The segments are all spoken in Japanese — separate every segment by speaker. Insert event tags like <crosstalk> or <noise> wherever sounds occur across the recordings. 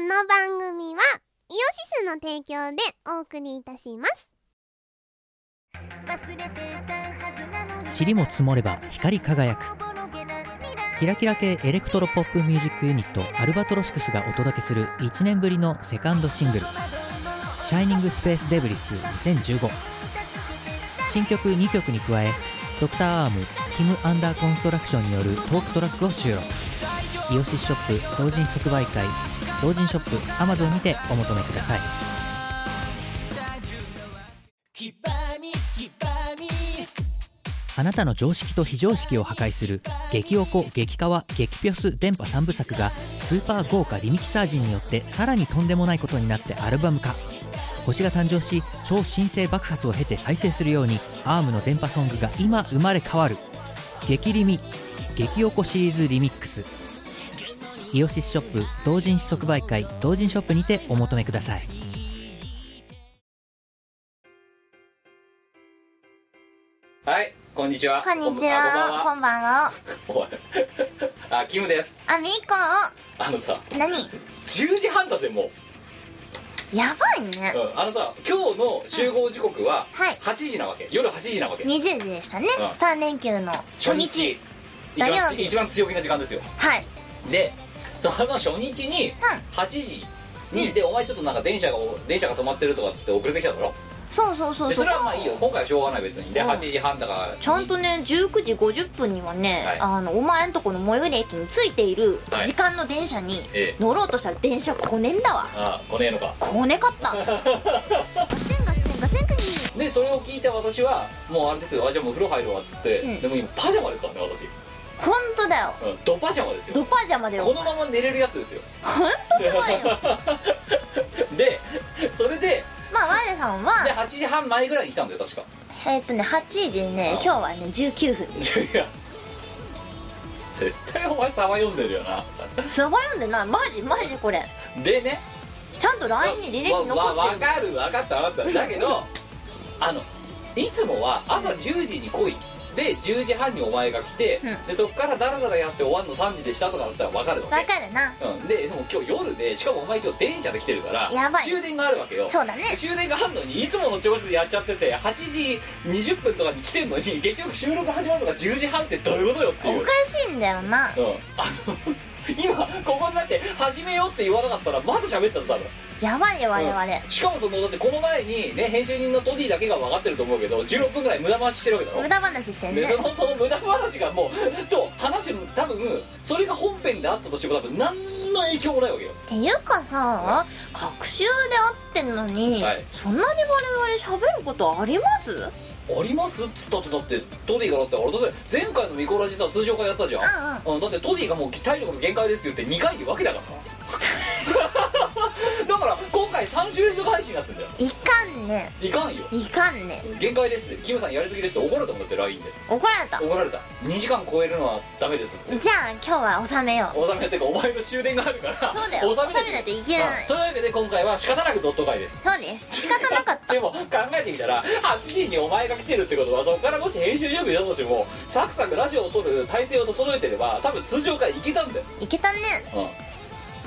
Speaker 1: の番組はイオシスの提供でお送りいたします
Speaker 2: 塵も積もれば光り輝くキラキラ系エレクトロポップミュージックユニットアルバトロシクスがお届けする1年ぶりのセカンドシングル「シャイニングスペースデブリス2015」新曲2曲に加えドクターアームキム・アンダー・コンストラクションによるトークトラックを収録イオシスショップ同人即売会同人ショップ Amazon にてお求めくださいあなたの常識と非常識を破壊する激おこ激カワ激ピョス電波3部作がスーパー豪華リミキサー陣によってさらにとんでもないことになってアルバム化星が誕生し超新星爆発を経て再生するようにアームの電波ソングが今生まれ変わる激リミ激おこシリーズリミックスイオシスショップ同人誌即売会同人ショップにてお求めください
Speaker 3: はい、こんにちは。
Speaker 1: こんにち
Speaker 3: あ
Speaker 1: は
Speaker 3: こ
Speaker 1: こんばんは
Speaker 3: んばんは。おいあ、キムです。
Speaker 1: あみこ
Speaker 3: あのさ、
Speaker 1: 何
Speaker 3: 10時半だぜ、も
Speaker 1: やばいね
Speaker 3: う。うん、あのさ、今日の集合時刻は
Speaker 1: はい
Speaker 3: 8時なわけ。夜8時なわけ。
Speaker 1: 20時でしたね
Speaker 3: うん
Speaker 1: 3連休の初日。
Speaker 3: 一番
Speaker 1: 土曜日
Speaker 3: 一番強気な時間ですよ。
Speaker 1: はい
Speaker 3: で、その初日に8時に、で、お前ちょっとなんか電車が、電車が止まってるとかっつって遅れてきただろ。
Speaker 1: そうそうそう
Speaker 3: で、
Speaker 1: そ
Speaker 3: そうれはまあいいよ。今回はしょうがない別に。で、
Speaker 1: うん
Speaker 3: 8時半だから。
Speaker 1: ちゃんとね19時50分にはね、
Speaker 3: はい
Speaker 1: あのお前んとこの最寄り駅についている
Speaker 3: はい
Speaker 1: 時間の電車に
Speaker 3: ええ
Speaker 1: 乗ろうとしたら電車来ねえんだわ
Speaker 3: ああ、来ねえのか。
Speaker 1: 来ねかった5000
Speaker 3: で、それを聞いて私は、もうあれですよ。あ、じゃあもう風呂入るわっつって。
Speaker 1: うん
Speaker 3: でも今、パジャマですからね、私。
Speaker 1: 本当だよ
Speaker 3: うん、ドパジャマですよ
Speaker 1: ドパジャマだよ
Speaker 3: このまま寝れるやつですよ
Speaker 1: ほんとすごいよ
Speaker 3: <laughs> でそれで
Speaker 1: まあ我さん
Speaker 3: で
Speaker 1: は
Speaker 3: 8時半前ぐらいに来たんだよ確か
Speaker 1: えーっとね8時にね
Speaker 3: うん
Speaker 1: 今日はね19分
Speaker 3: いやいや絶対お前さば読んでるよな
Speaker 1: すば読んでないマジマジこれ
Speaker 3: でね
Speaker 1: ちゃんと LINE に履歴残
Speaker 3: わわ
Speaker 1: っ
Speaker 3: 分
Speaker 1: てる
Speaker 3: かる分かった分かっただけどあのいつもは朝10時に来いで10時半にお前が来て、
Speaker 1: うん
Speaker 3: でそっからダラダラやって終わんの3時でしたとかだったら分かるわけ
Speaker 1: わかるな
Speaker 3: うん、ででも今日夜でしかもお前今日電車で来てるから
Speaker 1: やばい
Speaker 3: 終電があるわけよ
Speaker 1: そうだね
Speaker 3: 終電があんのにいつもの調子でやっちゃってて8時20分とかに来てんのに <laughs> 結局収録始まるのが10時半ってどういうことよって
Speaker 1: お
Speaker 3: いう、うん、
Speaker 1: かしいんだよな
Speaker 3: あの今ここになって始めようって言わなかったらまだ喋ってたの多分
Speaker 1: やばいよ我々
Speaker 3: しかもそのだってこの前にね編集人のトディだけが分かってると思うけど16分ぐらい無駄回ししてるわけだろ
Speaker 1: 無駄話してる
Speaker 3: で
Speaker 1: ね
Speaker 3: そのその無駄話がもうと話も多分それが本編であったとしても多分何の影響もないわけよ
Speaker 1: っていうかさ隔週で会ってんのに、
Speaker 3: はい
Speaker 1: そんなに我々喋ることありますうんうん
Speaker 3: ありますっつったってだってトディがだってあれだぜ前回のミコラジさ通常会やったじゃんうん、だってトディがもう体力の限界ですって言って2回言うわけだから <laughs> だから今回3週連続配信になってんだよ
Speaker 1: いかんね
Speaker 3: いかんよ
Speaker 1: いかんね
Speaker 3: 限界ですってキムさんやりすぎですって怒られたもんだって LINE で
Speaker 1: 怒られた
Speaker 3: 怒られた2時間超えるのはダメですって
Speaker 1: じゃあ今日は収めよう
Speaker 3: 納めっていうかお前の終電があるから
Speaker 1: そうだよ
Speaker 3: 納
Speaker 1: 収めないといけない
Speaker 3: うんというわけで今回は仕方なくドット会です
Speaker 1: そうです仕方なかった
Speaker 3: でも考えてみたら8時にお前が来てるってことはそこからもし編集準備だとしてもサクサクラジオを撮る体制を整えてれば多分通常会いけたんだよ、
Speaker 1: いけたね
Speaker 3: うん、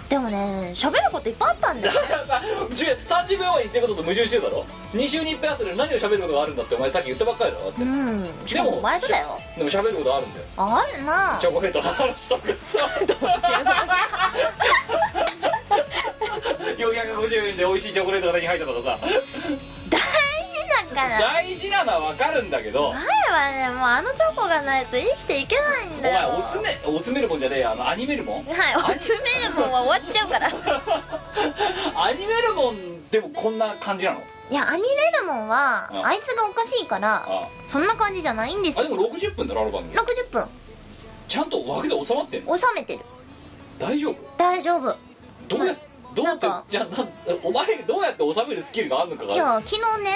Speaker 1: でもね喋ることいっぱいあったんだ
Speaker 3: だ
Speaker 1: よ
Speaker 3: <laughs> からさ10 30秒前に言ってることと矛盾してるだろ2週に1回あったのに何を喋ることがあるんだってお前さっき言ったばっかりだろだって
Speaker 1: うんしかもお前とだよ
Speaker 3: でも喋ることあるんだよ
Speaker 1: あるな
Speaker 3: チョコレートの話とかさ450円で美味しいチョコレートが手に入ったとかさ
Speaker 1: 大事だから
Speaker 3: 大事なのは分かるんだけど
Speaker 1: 前はねもうあのチョコがないと生きていけないん
Speaker 3: お
Speaker 1: だ
Speaker 3: 前
Speaker 1: よ
Speaker 3: おつめおつめるもんじゃねえやあのアニメるもん
Speaker 1: はいおつめるもんは終わっちゃうからい
Speaker 3: アニメるもんでもこんな感じなの
Speaker 1: やアニメルモンは
Speaker 3: うん
Speaker 1: あいつがおかしいから
Speaker 3: あ
Speaker 1: そんな感じじゃないんです
Speaker 3: あ
Speaker 1: よ
Speaker 3: でも60分だろあの番組
Speaker 1: 60分
Speaker 3: ちゃんと枠で収まってんの
Speaker 1: 収めてる
Speaker 3: 大丈夫
Speaker 1: 大丈夫
Speaker 3: どうやどうや
Speaker 1: な
Speaker 3: っ
Speaker 1: んか
Speaker 3: てじゃあなんお前どうやって収めるスキルがあるのかが
Speaker 1: いや昨日ね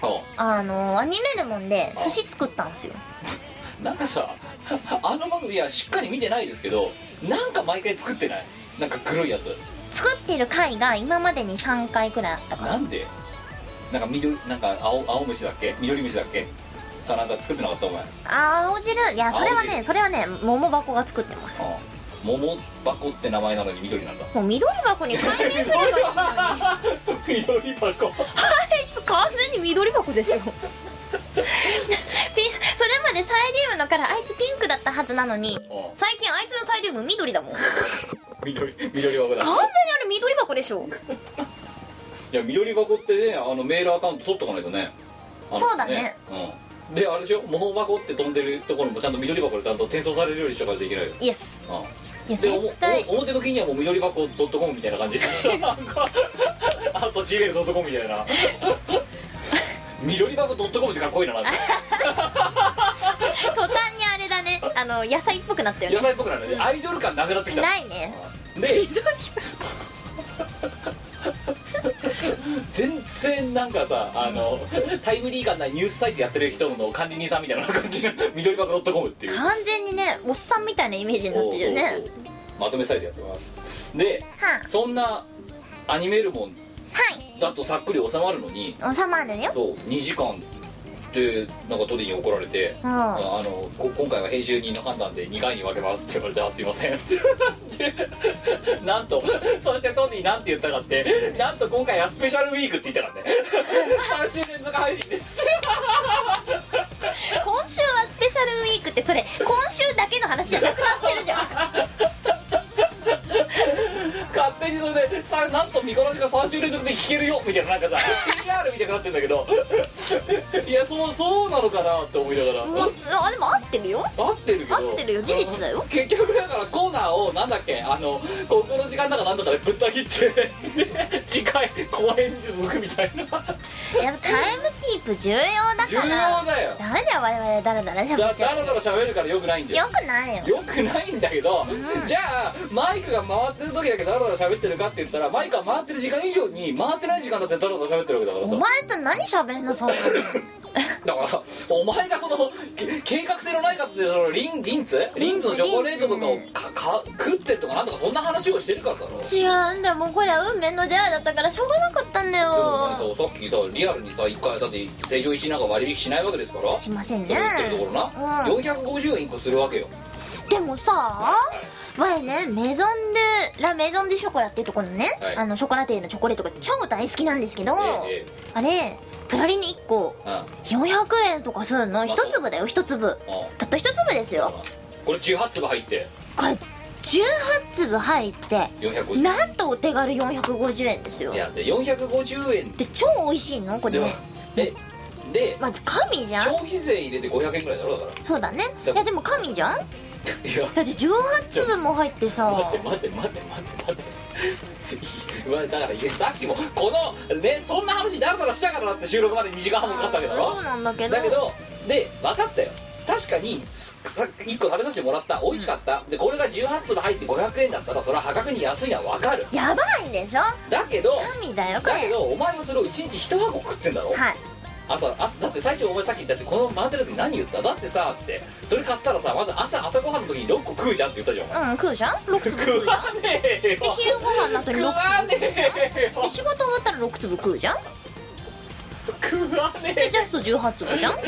Speaker 3: は
Speaker 1: あのアニメルモンで寿司作ったんですよ
Speaker 3: あなんかさ <laughs> あの番組はしっかり見てないですけどなんか毎回作ってないなんか黒いやつ
Speaker 1: 作ってる回が今までに3回くらいあったから
Speaker 3: なんでなんか緑なんか青青虫だっけ緑虫だっけかなんか作ってなかったお前
Speaker 1: 青汁いやそれは
Speaker 3: 青
Speaker 1: ね
Speaker 3: 汁
Speaker 1: それはね桃箱が作ってます
Speaker 3: あ桃箱って名前なのに
Speaker 1: <laughs>
Speaker 3: 緑なんだ
Speaker 4: もう緑箱に改名すればいいのにあ
Speaker 3: <laughs> 緑箱
Speaker 4: いつ完全に緑箱でしょピンそれまでサイリウムのカラーあいつピンクだったはずなのに
Speaker 3: うん
Speaker 4: 最近あいつのサイリウム緑だもん完
Speaker 3: 緑緑箱だ
Speaker 4: 全にあれ緑箱でしょ
Speaker 3: いや緑箱ってねあのメールアカウント取っとかないとねあの
Speaker 4: そうだね
Speaker 3: うんであれでしょ桃箱って飛んでるところもちゃんと緑箱でちゃんと転送されるようにしとかないといけないよ、
Speaker 4: イエス
Speaker 3: うん
Speaker 4: いや
Speaker 3: でおも
Speaker 4: 絶対
Speaker 3: お表向きにはもう緑箱 .com みたいな感じで <laughs> しょなんかあと gmail.com みたい
Speaker 4: <laughs>
Speaker 3: な緑箱 .com ってかっこいいななんか
Speaker 4: 途端にあれだねあの野菜っぽくなったよ
Speaker 3: 野
Speaker 4: ね
Speaker 3: 菜っぽくなるねアイドル感なくなってきた
Speaker 4: ないね
Speaker 3: で全然なんかさあのタイムリー感ないニュースサイトやってる人の管理人さんみたいな感じの緑箱 .com っていう
Speaker 4: 完全にねおっさんみたいなイメージになってるよ
Speaker 3: そう
Speaker 4: ね
Speaker 3: そうそうまとめサイトやってますで
Speaker 4: はん
Speaker 3: そんなアニメるもん
Speaker 4: はい
Speaker 3: だとさっくり収まるのに
Speaker 4: 収まるよ
Speaker 3: そう2時間ってなんかトディに怒られて
Speaker 4: う
Speaker 3: あ
Speaker 4: ん
Speaker 3: あのこ今回は編集人の判断で2回に分けますって言われて「あすいません」ってなんとそしてトニーなんて言ったかってなんと今回はスペシャルウィークって言ったからね3週連続配信です
Speaker 4: 今週はスペシャルウィークってそれ今週だけの話じゃなくなってるじゃん
Speaker 3: 勝手にそれでさなんと見殺しが3週連続で聞けるよみたいななんかさ PR みたいになってんだけどいやそうそうなのかなって思いながら
Speaker 4: もうすあでも合ってるよ
Speaker 3: 合ってるけど
Speaker 4: 合ってるよ事実だよ
Speaker 3: 結局だからコーナーをなんだっけあの高校の時間だかなんだかでぶった切って <laughs> で次回公演に続くみたいな
Speaker 4: やっぱタイムキープ重要だ
Speaker 3: 重要
Speaker 4: から
Speaker 3: だよ
Speaker 4: ダメだよ我々ダラダラしゃべ
Speaker 3: だ
Speaker 4: っちゃ
Speaker 3: だ
Speaker 4: う
Speaker 3: らだら喋るからよくないんだ
Speaker 4: よ
Speaker 3: よ
Speaker 4: くないよ
Speaker 3: よくないんだけど、じゃあマイクが回ってる時だけだらだら喋ってるかって言ったらマイクが回ってる時間以上に回ってない時間だってだらだら喋ってるわけだから
Speaker 4: お
Speaker 3: さ
Speaker 4: 前と何喋んのそんな
Speaker 3: だからお前がそのけ計画性のないかつそのリンリンツリンツのチョコレートとかをかか食ってるとかなんとかそんな話をしてるからだろ
Speaker 4: 違うんだよもうこれは運命の出会いだったからしょうがなかったんだ
Speaker 3: でもなん
Speaker 4: よ
Speaker 3: かさっきさリアルにさ一回だって成城石井なんか割引しないわけですから
Speaker 4: し
Speaker 3: そ
Speaker 4: ません
Speaker 3: れ
Speaker 4: ね
Speaker 3: 言ってるところな、
Speaker 4: うん
Speaker 3: 450円1個するわけよ
Speaker 4: でもさ前ねメゾンでラ・メゾン・デ・ショコラっていうところのね、
Speaker 3: はい
Speaker 4: あのショコラティエのチョコレートが超大好きなんですけど、
Speaker 3: ええ
Speaker 4: あれプラリネ1個
Speaker 3: ええ
Speaker 4: 400円とかするの
Speaker 3: あ
Speaker 4: 1粒だよ1粒
Speaker 3: うんうん
Speaker 4: たった1粒ですよ
Speaker 3: これ18粒入って
Speaker 4: これ18粒入って
Speaker 3: 450円
Speaker 4: なんとお手軽450円ですよ
Speaker 3: いやで450円
Speaker 4: で超美味しいのこれ
Speaker 3: では
Speaker 4: ね
Speaker 3: でで
Speaker 4: まあ神じゃん
Speaker 3: 消費税入れて500円ぐらいだろだから
Speaker 4: そうだね
Speaker 3: でも
Speaker 4: いやでも神じゃん
Speaker 3: いや
Speaker 4: だって18粒も入ってさ
Speaker 3: 待って待って待って待って待ってまあだからいやさっきもこのねそんな話だらだらしたからだって収録まで2時間半もかかったわけだろ
Speaker 4: そうなんだけど
Speaker 3: だけどで分かったよ確かにすさ1個食べさせてもらった美味しかった、でこれが18粒入って500円だったらそれは破格に安いのは分かる
Speaker 4: やばいでしょ
Speaker 3: だけど
Speaker 4: 神だよこ
Speaker 3: だけ
Speaker 4: れ
Speaker 3: どお前はそれを1日1箱食ってんだろ
Speaker 4: はい
Speaker 3: 朝朝だって最初お前さっきだってこの回ってる時何言っただってさってそれ買ったらさまず朝朝ごはんの時に6個食うじゃんって言ったじゃんお前
Speaker 4: うん食うじゃん6粒食う
Speaker 3: 食
Speaker 4: じゃん
Speaker 3: わねえよ
Speaker 4: で昼ご飯の後に
Speaker 3: 食
Speaker 4: 6
Speaker 3: わねえよ
Speaker 4: で仕事終わったら6粒食うじゃん
Speaker 3: 食わねえ
Speaker 4: でジャスト18粒じゃんで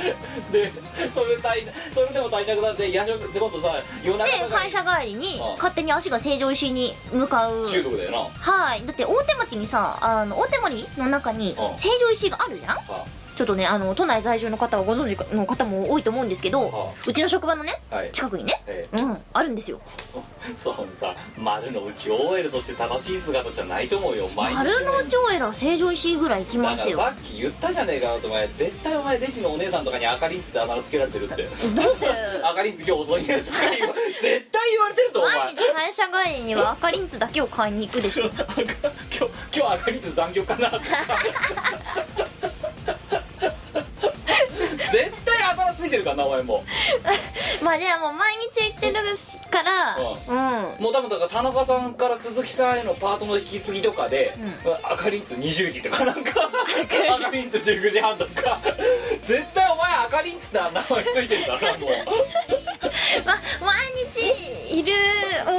Speaker 3: でそれで足りなそれでも足りなくなって夜食ってことさ夜中とか
Speaker 4: 会
Speaker 3: に
Speaker 4: 社帰りに
Speaker 3: ああ
Speaker 4: 勝手に足が成城石井に向かう
Speaker 3: 中毒だよな
Speaker 4: はいだって大手町にさあの大手森の中に
Speaker 3: ああ
Speaker 4: 成城石井があるじゃん
Speaker 3: あ
Speaker 4: ちょっとねあの都内在住の方はご存知の方も多いと思うんですけ
Speaker 3: あ
Speaker 4: どうちの職場のね
Speaker 3: はい
Speaker 4: 近くにね
Speaker 3: え
Speaker 4: うんあるんですよ
Speaker 3: えそうさ丸の内 OL として正しい姿じゃないと思うよ毎日
Speaker 4: 丸の内オエラ成城石井ぐらい行き
Speaker 3: だ
Speaker 4: ま
Speaker 3: か
Speaker 4: す
Speaker 3: ら
Speaker 4: よだ
Speaker 3: さっき言ったじゃねえかよお前絶対お前弟子のお姉さんとかに「赤リンツ」ってあだ名つけられてるって
Speaker 4: って
Speaker 3: 「赤リンツ今日遅いね」とか言う絶対言われてるぞお前
Speaker 4: 毎日会社帰りには赤リンツだけを買いに行くでしょ
Speaker 3: そう赤今日今日赤率残業か
Speaker 4: <laughs>
Speaker 3: なとか絶対あだ名ついてるからなお前も
Speaker 4: まあでも毎日行ってるからうん
Speaker 3: もう多分だから田中さんから鈴木さんへのパートの引き継ぎとかで、赤リンツ20時とか <laughs> なんか赤リンツ19時半と <laughs> か絶対お前赤リンツって名前ついてるからなもう
Speaker 4: ま、毎日いる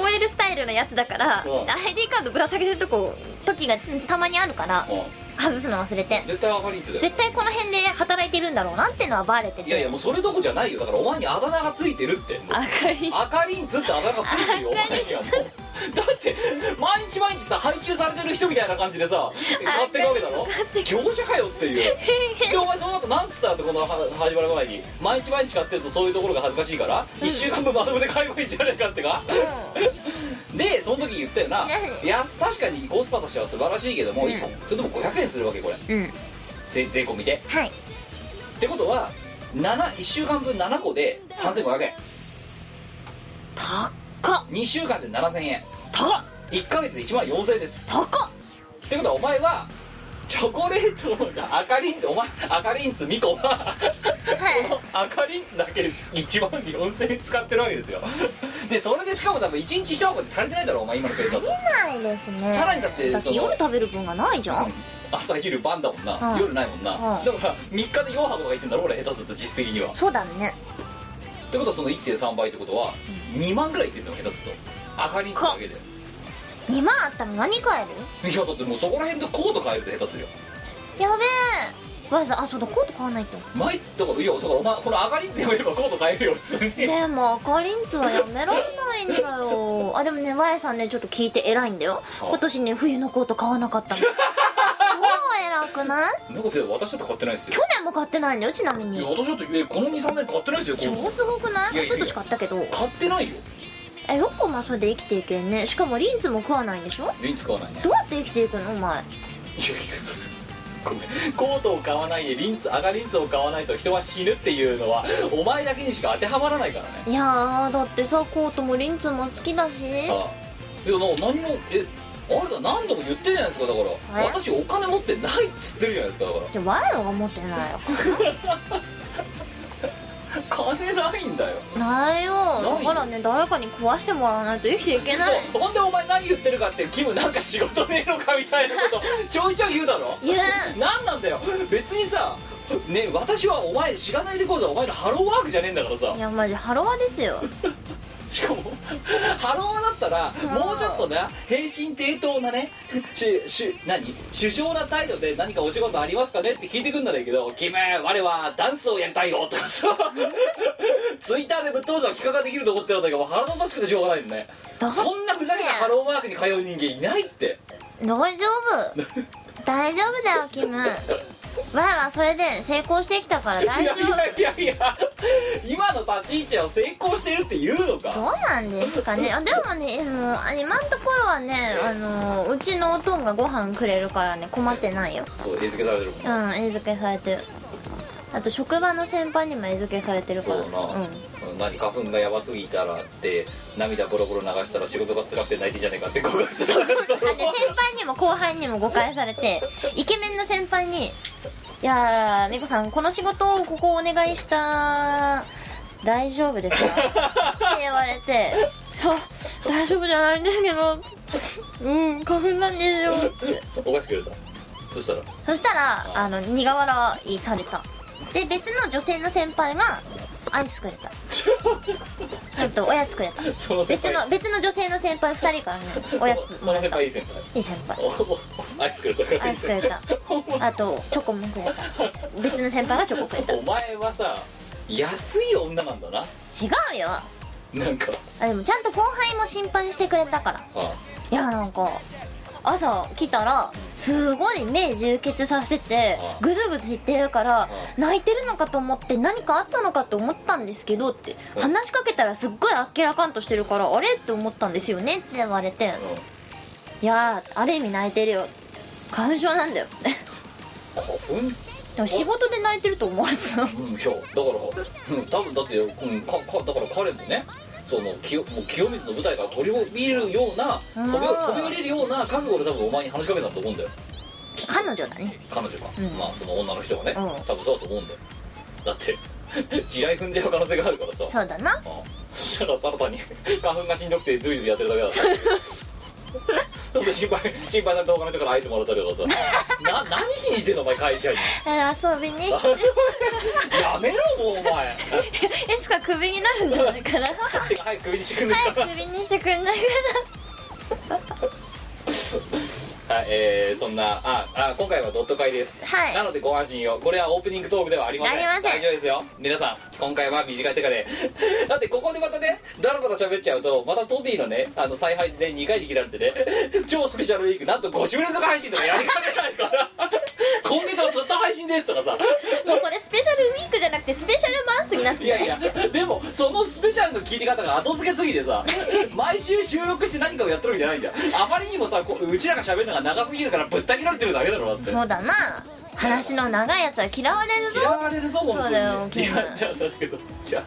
Speaker 4: OL スタイルのやつだから
Speaker 3: うん
Speaker 4: ID カードぶら下げてるとこ時がたまにあるから
Speaker 3: も
Speaker 4: 外すの忘れて
Speaker 3: 絶対赤リンツだよ
Speaker 4: 絶対この辺で働いてるんだろうなってのはバレてて
Speaker 3: いやいやもうそれどこじゃないよだからお前にあだ名がついてるって
Speaker 4: あかり
Speaker 3: 赤リンツってあだ名がついてるよお前にはもうだって毎日毎日さ配給されてる人みたいな感じでさ買っていくわけだろ業者かよっていうでお前その後なんつったってこのは始まる前に毎日毎日買ってるとそういうところが恥ずかしいから1週間分まとめて買えばいいんじゃないかってかでその時言ったよな
Speaker 4: 何
Speaker 3: いや確かにコスパとしては素晴らしいけども、一個それでも500円するわけこれ
Speaker 4: うんうん
Speaker 3: ぜ税込みで
Speaker 4: はい
Speaker 3: ってことは1週間分7個で3500円
Speaker 4: 高っ
Speaker 3: 2週間で7000円
Speaker 4: 高っ
Speaker 3: 1ヶ月で1万4000円です
Speaker 4: 高っ
Speaker 3: ってことはお前はチョコレートの赤リンツお前赤リンツミコは
Speaker 4: は
Speaker 3: 赤リンツだけで月1万4000円使ってるわけですよでそれでしかも多分1日1箱で足りてないだろお前今のペースだと
Speaker 4: いないですね
Speaker 3: さらにだって
Speaker 4: だって
Speaker 3: その
Speaker 4: 夜食べる分がないじゃん、
Speaker 3: 朝昼晩だもんな、
Speaker 4: うん
Speaker 3: 夜ないもんな、
Speaker 4: うん
Speaker 3: だから3日で4箱とか言ってんだろ俺下手すると実質的にはっ
Speaker 4: そうだね
Speaker 3: てことはその1.3倍ってことは2万ぐらいいってるの下手すると赤リンツだけで
Speaker 4: 2万あったら何買える
Speaker 3: いやだってもうそこら辺でコート買えるぜ下手するよ
Speaker 4: やべえわざあそうだコート買わないと
Speaker 3: 毎日だからいやだからお前この赤リンツやめればコート買えるよ普通に
Speaker 4: でも赤リンツはやめられないんだよあでもねわやさんねちょっと聞いて偉いんだよ
Speaker 3: あ
Speaker 4: 今年ね冬のコート買わな
Speaker 3: <laughs>
Speaker 4: かったの超偉くない
Speaker 3: なんかせ私だって買ってないですよ
Speaker 4: 去年も買ってないんだよちなみ
Speaker 3: いや
Speaker 4: に
Speaker 3: 私だってえこの23年買ってないですよコー
Speaker 4: 超
Speaker 3: ト
Speaker 4: すごくない
Speaker 3: いやいやいや
Speaker 4: 今年買ったけど
Speaker 3: 買ってないよ
Speaker 4: えよくお前それで生きていけんねしかもリンツも食わないんでしょ
Speaker 3: リンツ買わないね
Speaker 4: どうやって生きていくのお前
Speaker 3: いやいやごめんコートを買わないでリンツ赤リンツを買わないと人は死ぬっていうのはお前だけにしか当てはまらないからね
Speaker 4: いやーだってさコートもリンツも好きだし
Speaker 3: ああいやな何もえあれだ何度も言ってるじゃないですかだから
Speaker 4: え
Speaker 3: 私お金持ってないっつってるじゃないですかだから
Speaker 4: でわやが持ってないよ
Speaker 3: 金ないんだよ
Speaker 4: ないよ
Speaker 3: ない
Speaker 4: だからね誰かに壊してもらわないと生きていけない
Speaker 3: そうほんでお前何言ってるかってキムなんか仕事ねえのかみたいな
Speaker 4: <laughs>
Speaker 3: ことちょいちょい言うだろ
Speaker 4: 言う
Speaker 3: 何なんだよ別にさね私はお前しがないレコードはお前のハローワークじゃねえんだからさ
Speaker 4: いやマジハロワですよ
Speaker 3: しかもハローだったらもうちょっとね平身低頭なねしし何首相な態度で何かお仕事ありますかねって聞いてくんならいいけど「キム我はダンスをやりたいよ」とかさ <laughs> ツイッターでぶっ飛ばした企画ができると思ってるんだけどもう腹立たしくてしょうがないよね
Speaker 4: だ
Speaker 3: そんなふざけたハローワークに通う人間いないって
Speaker 4: 大丈夫大丈夫だよキムわいはそれで成功してきたから
Speaker 3: い
Speaker 4: 大丈
Speaker 3: やい
Speaker 4: 夫
Speaker 3: やいやいや今の立ち位置は成功してるって言うの
Speaker 4: どう
Speaker 3: か
Speaker 4: なんですかねあでもねあの今のところはねあのうちのおとんがご飯くれるからね困ってないよ
Speaker 3: そう餌付けされてるもん
Speaker 4: う
Speaker 3: なん
Speaker 4: 餌付けされてるあと職場の先輩にも餌付けされてるか
Speaker 3: そ
Speaker 4: ら
Speaker 3: うだな、うん何花粉がやばすぎたらって涙ボロボロ流したら仕事が辛くて泣いてんじゃねえかって誤解された
Speaker 4: あで先輩にも後輩にも誤解されてイケメンの先輩に「いやー美子さんこの仕事をここお願いした大丈夫ですか?」って言われて「あ大丈夫じゃないんですけどうん花粉なんですよ」つって
Speaker 3: お菓子くれたそしたら
Speaker 4: そしたらあの苦笑いされたで別の女性の先輩がアイスくれたえっとおやつくれた
Speaker 3: その先
Speaker 4: 別
Speaker 3: 輩
Speaker 4: の別の女性の先輩2人からねおやつ
Speaker 3: その
Speaker 4: もらっ
Speaker 3: 先
Speaker 4: た
Speaker 3: 輩い
Speaker 4: い
Speaker 3: い先
Speaker 4: い先輩
Speaker 3: 輩おアイスくれたから
Speaker 4: アイスくれた
Speaker 3: お前
Speaker 4: あとチョコもくれた別の先輩がチョコくれた違
Speaker 3: お前はさ安い女なんだな
Speaker 4: うよ
Speaker 3: なんか
Speaker 4: あでもちゃんと後輩も心配してくれたから
Speaker 3: あ
Speaker 4: いやなんか朝来たらすごい目充血させてて
Speaker 3: あ
Speaker 4: ぐずぐず言ってるから泣いてるのかと思って何かあったのかと思ったんですけどって
Speaker 3: うん
Speaker 4: 話しかけたらすっごいあっけらかんとしてるからあれって思ったんですよねって言われて
Speaker 3: うん
Speaker 4: いやーある意味泣いてるよ花粉症なんだよ
Speaker 3: 花粉
Speaker 4: でも仕事で泣いてると思われて
Speaker 3: <laughs>
Speaker 4: た
Speaker 3: うん、ひょだから、うん、多分だって、うん、かかだから彼もねその清もう清水の舞台から飛び降りるような飛び
Speaker 4: あー
Speaker 3: 飛び降りるような覚悟で多分お前に話しかけたと思うんだよ
Speaker 4: 彼女だね
Speaker 3: 彼女が、
Speaker 4: うん
Speaker 3: まあその女の人がね、
Speaker 4: うん
Speaker 3: 多分そうだと思うんだよだって <laughs> 地雷踏んじゃう可能性があるからさ
Speaker 4: そうだな
Speaker 3: あそしたらただ単に <laughs> 花粉がしんどくてズイズイやってるだけだった
Speaker 4: <laughs>
Speaker 3: ちょっと心配心配された他の人から合図もらったりとかさな何しに行ってんのお前会社に
Speaker 4: えー遊びに
Speaker 3: やめろもうお
Speaker 4: <laughs>
Speaker 3: 前
Speaker 4: いつかクビになるんじゃないかな
Speaker 3: てか早く首にしてくんねえか
Speaker 4: 早くクビにしてくんないか
Speaker 3: はいえー、そんなああ今回はドット会です、
Speaker 4: はい
Speaker 3: なのでご安心をこれはオープニングトークではありません
Speaker 4: ありません
Speaker 3: 大丈夫ですよ皆さん今回は短い手かで <laughs> だってここでまたねダラダラ喋っちゃうとまたトディのねあの采配で、ね、2回に切られてね <laughs> 超スペシャルウィークなんと5週連続配信とかやりかねないから <laughs> 今月はずっと配信ですとかさ
Speaker 4: もうそれスペシャルウィークじゃなくてスペシャルマンスになって
Speaker 3: いやいやでもそのスペシャルの聞いて方が後付けすぎて
Speaker 4: <laughs>
Speaker 3: さ毎週収録して何かをやってるわけじゃないんだよあまりにもさこううちらが喋るのが長すぎるからぶった切られてるだけだろだって
Speaker 4: そうだな話の長いやつは嫌われるぞ
Speaker 3: 嫌われるぞ本当に
Speaker 4: そうだよ
Speaker 3: いやじゃあだけどじゃあ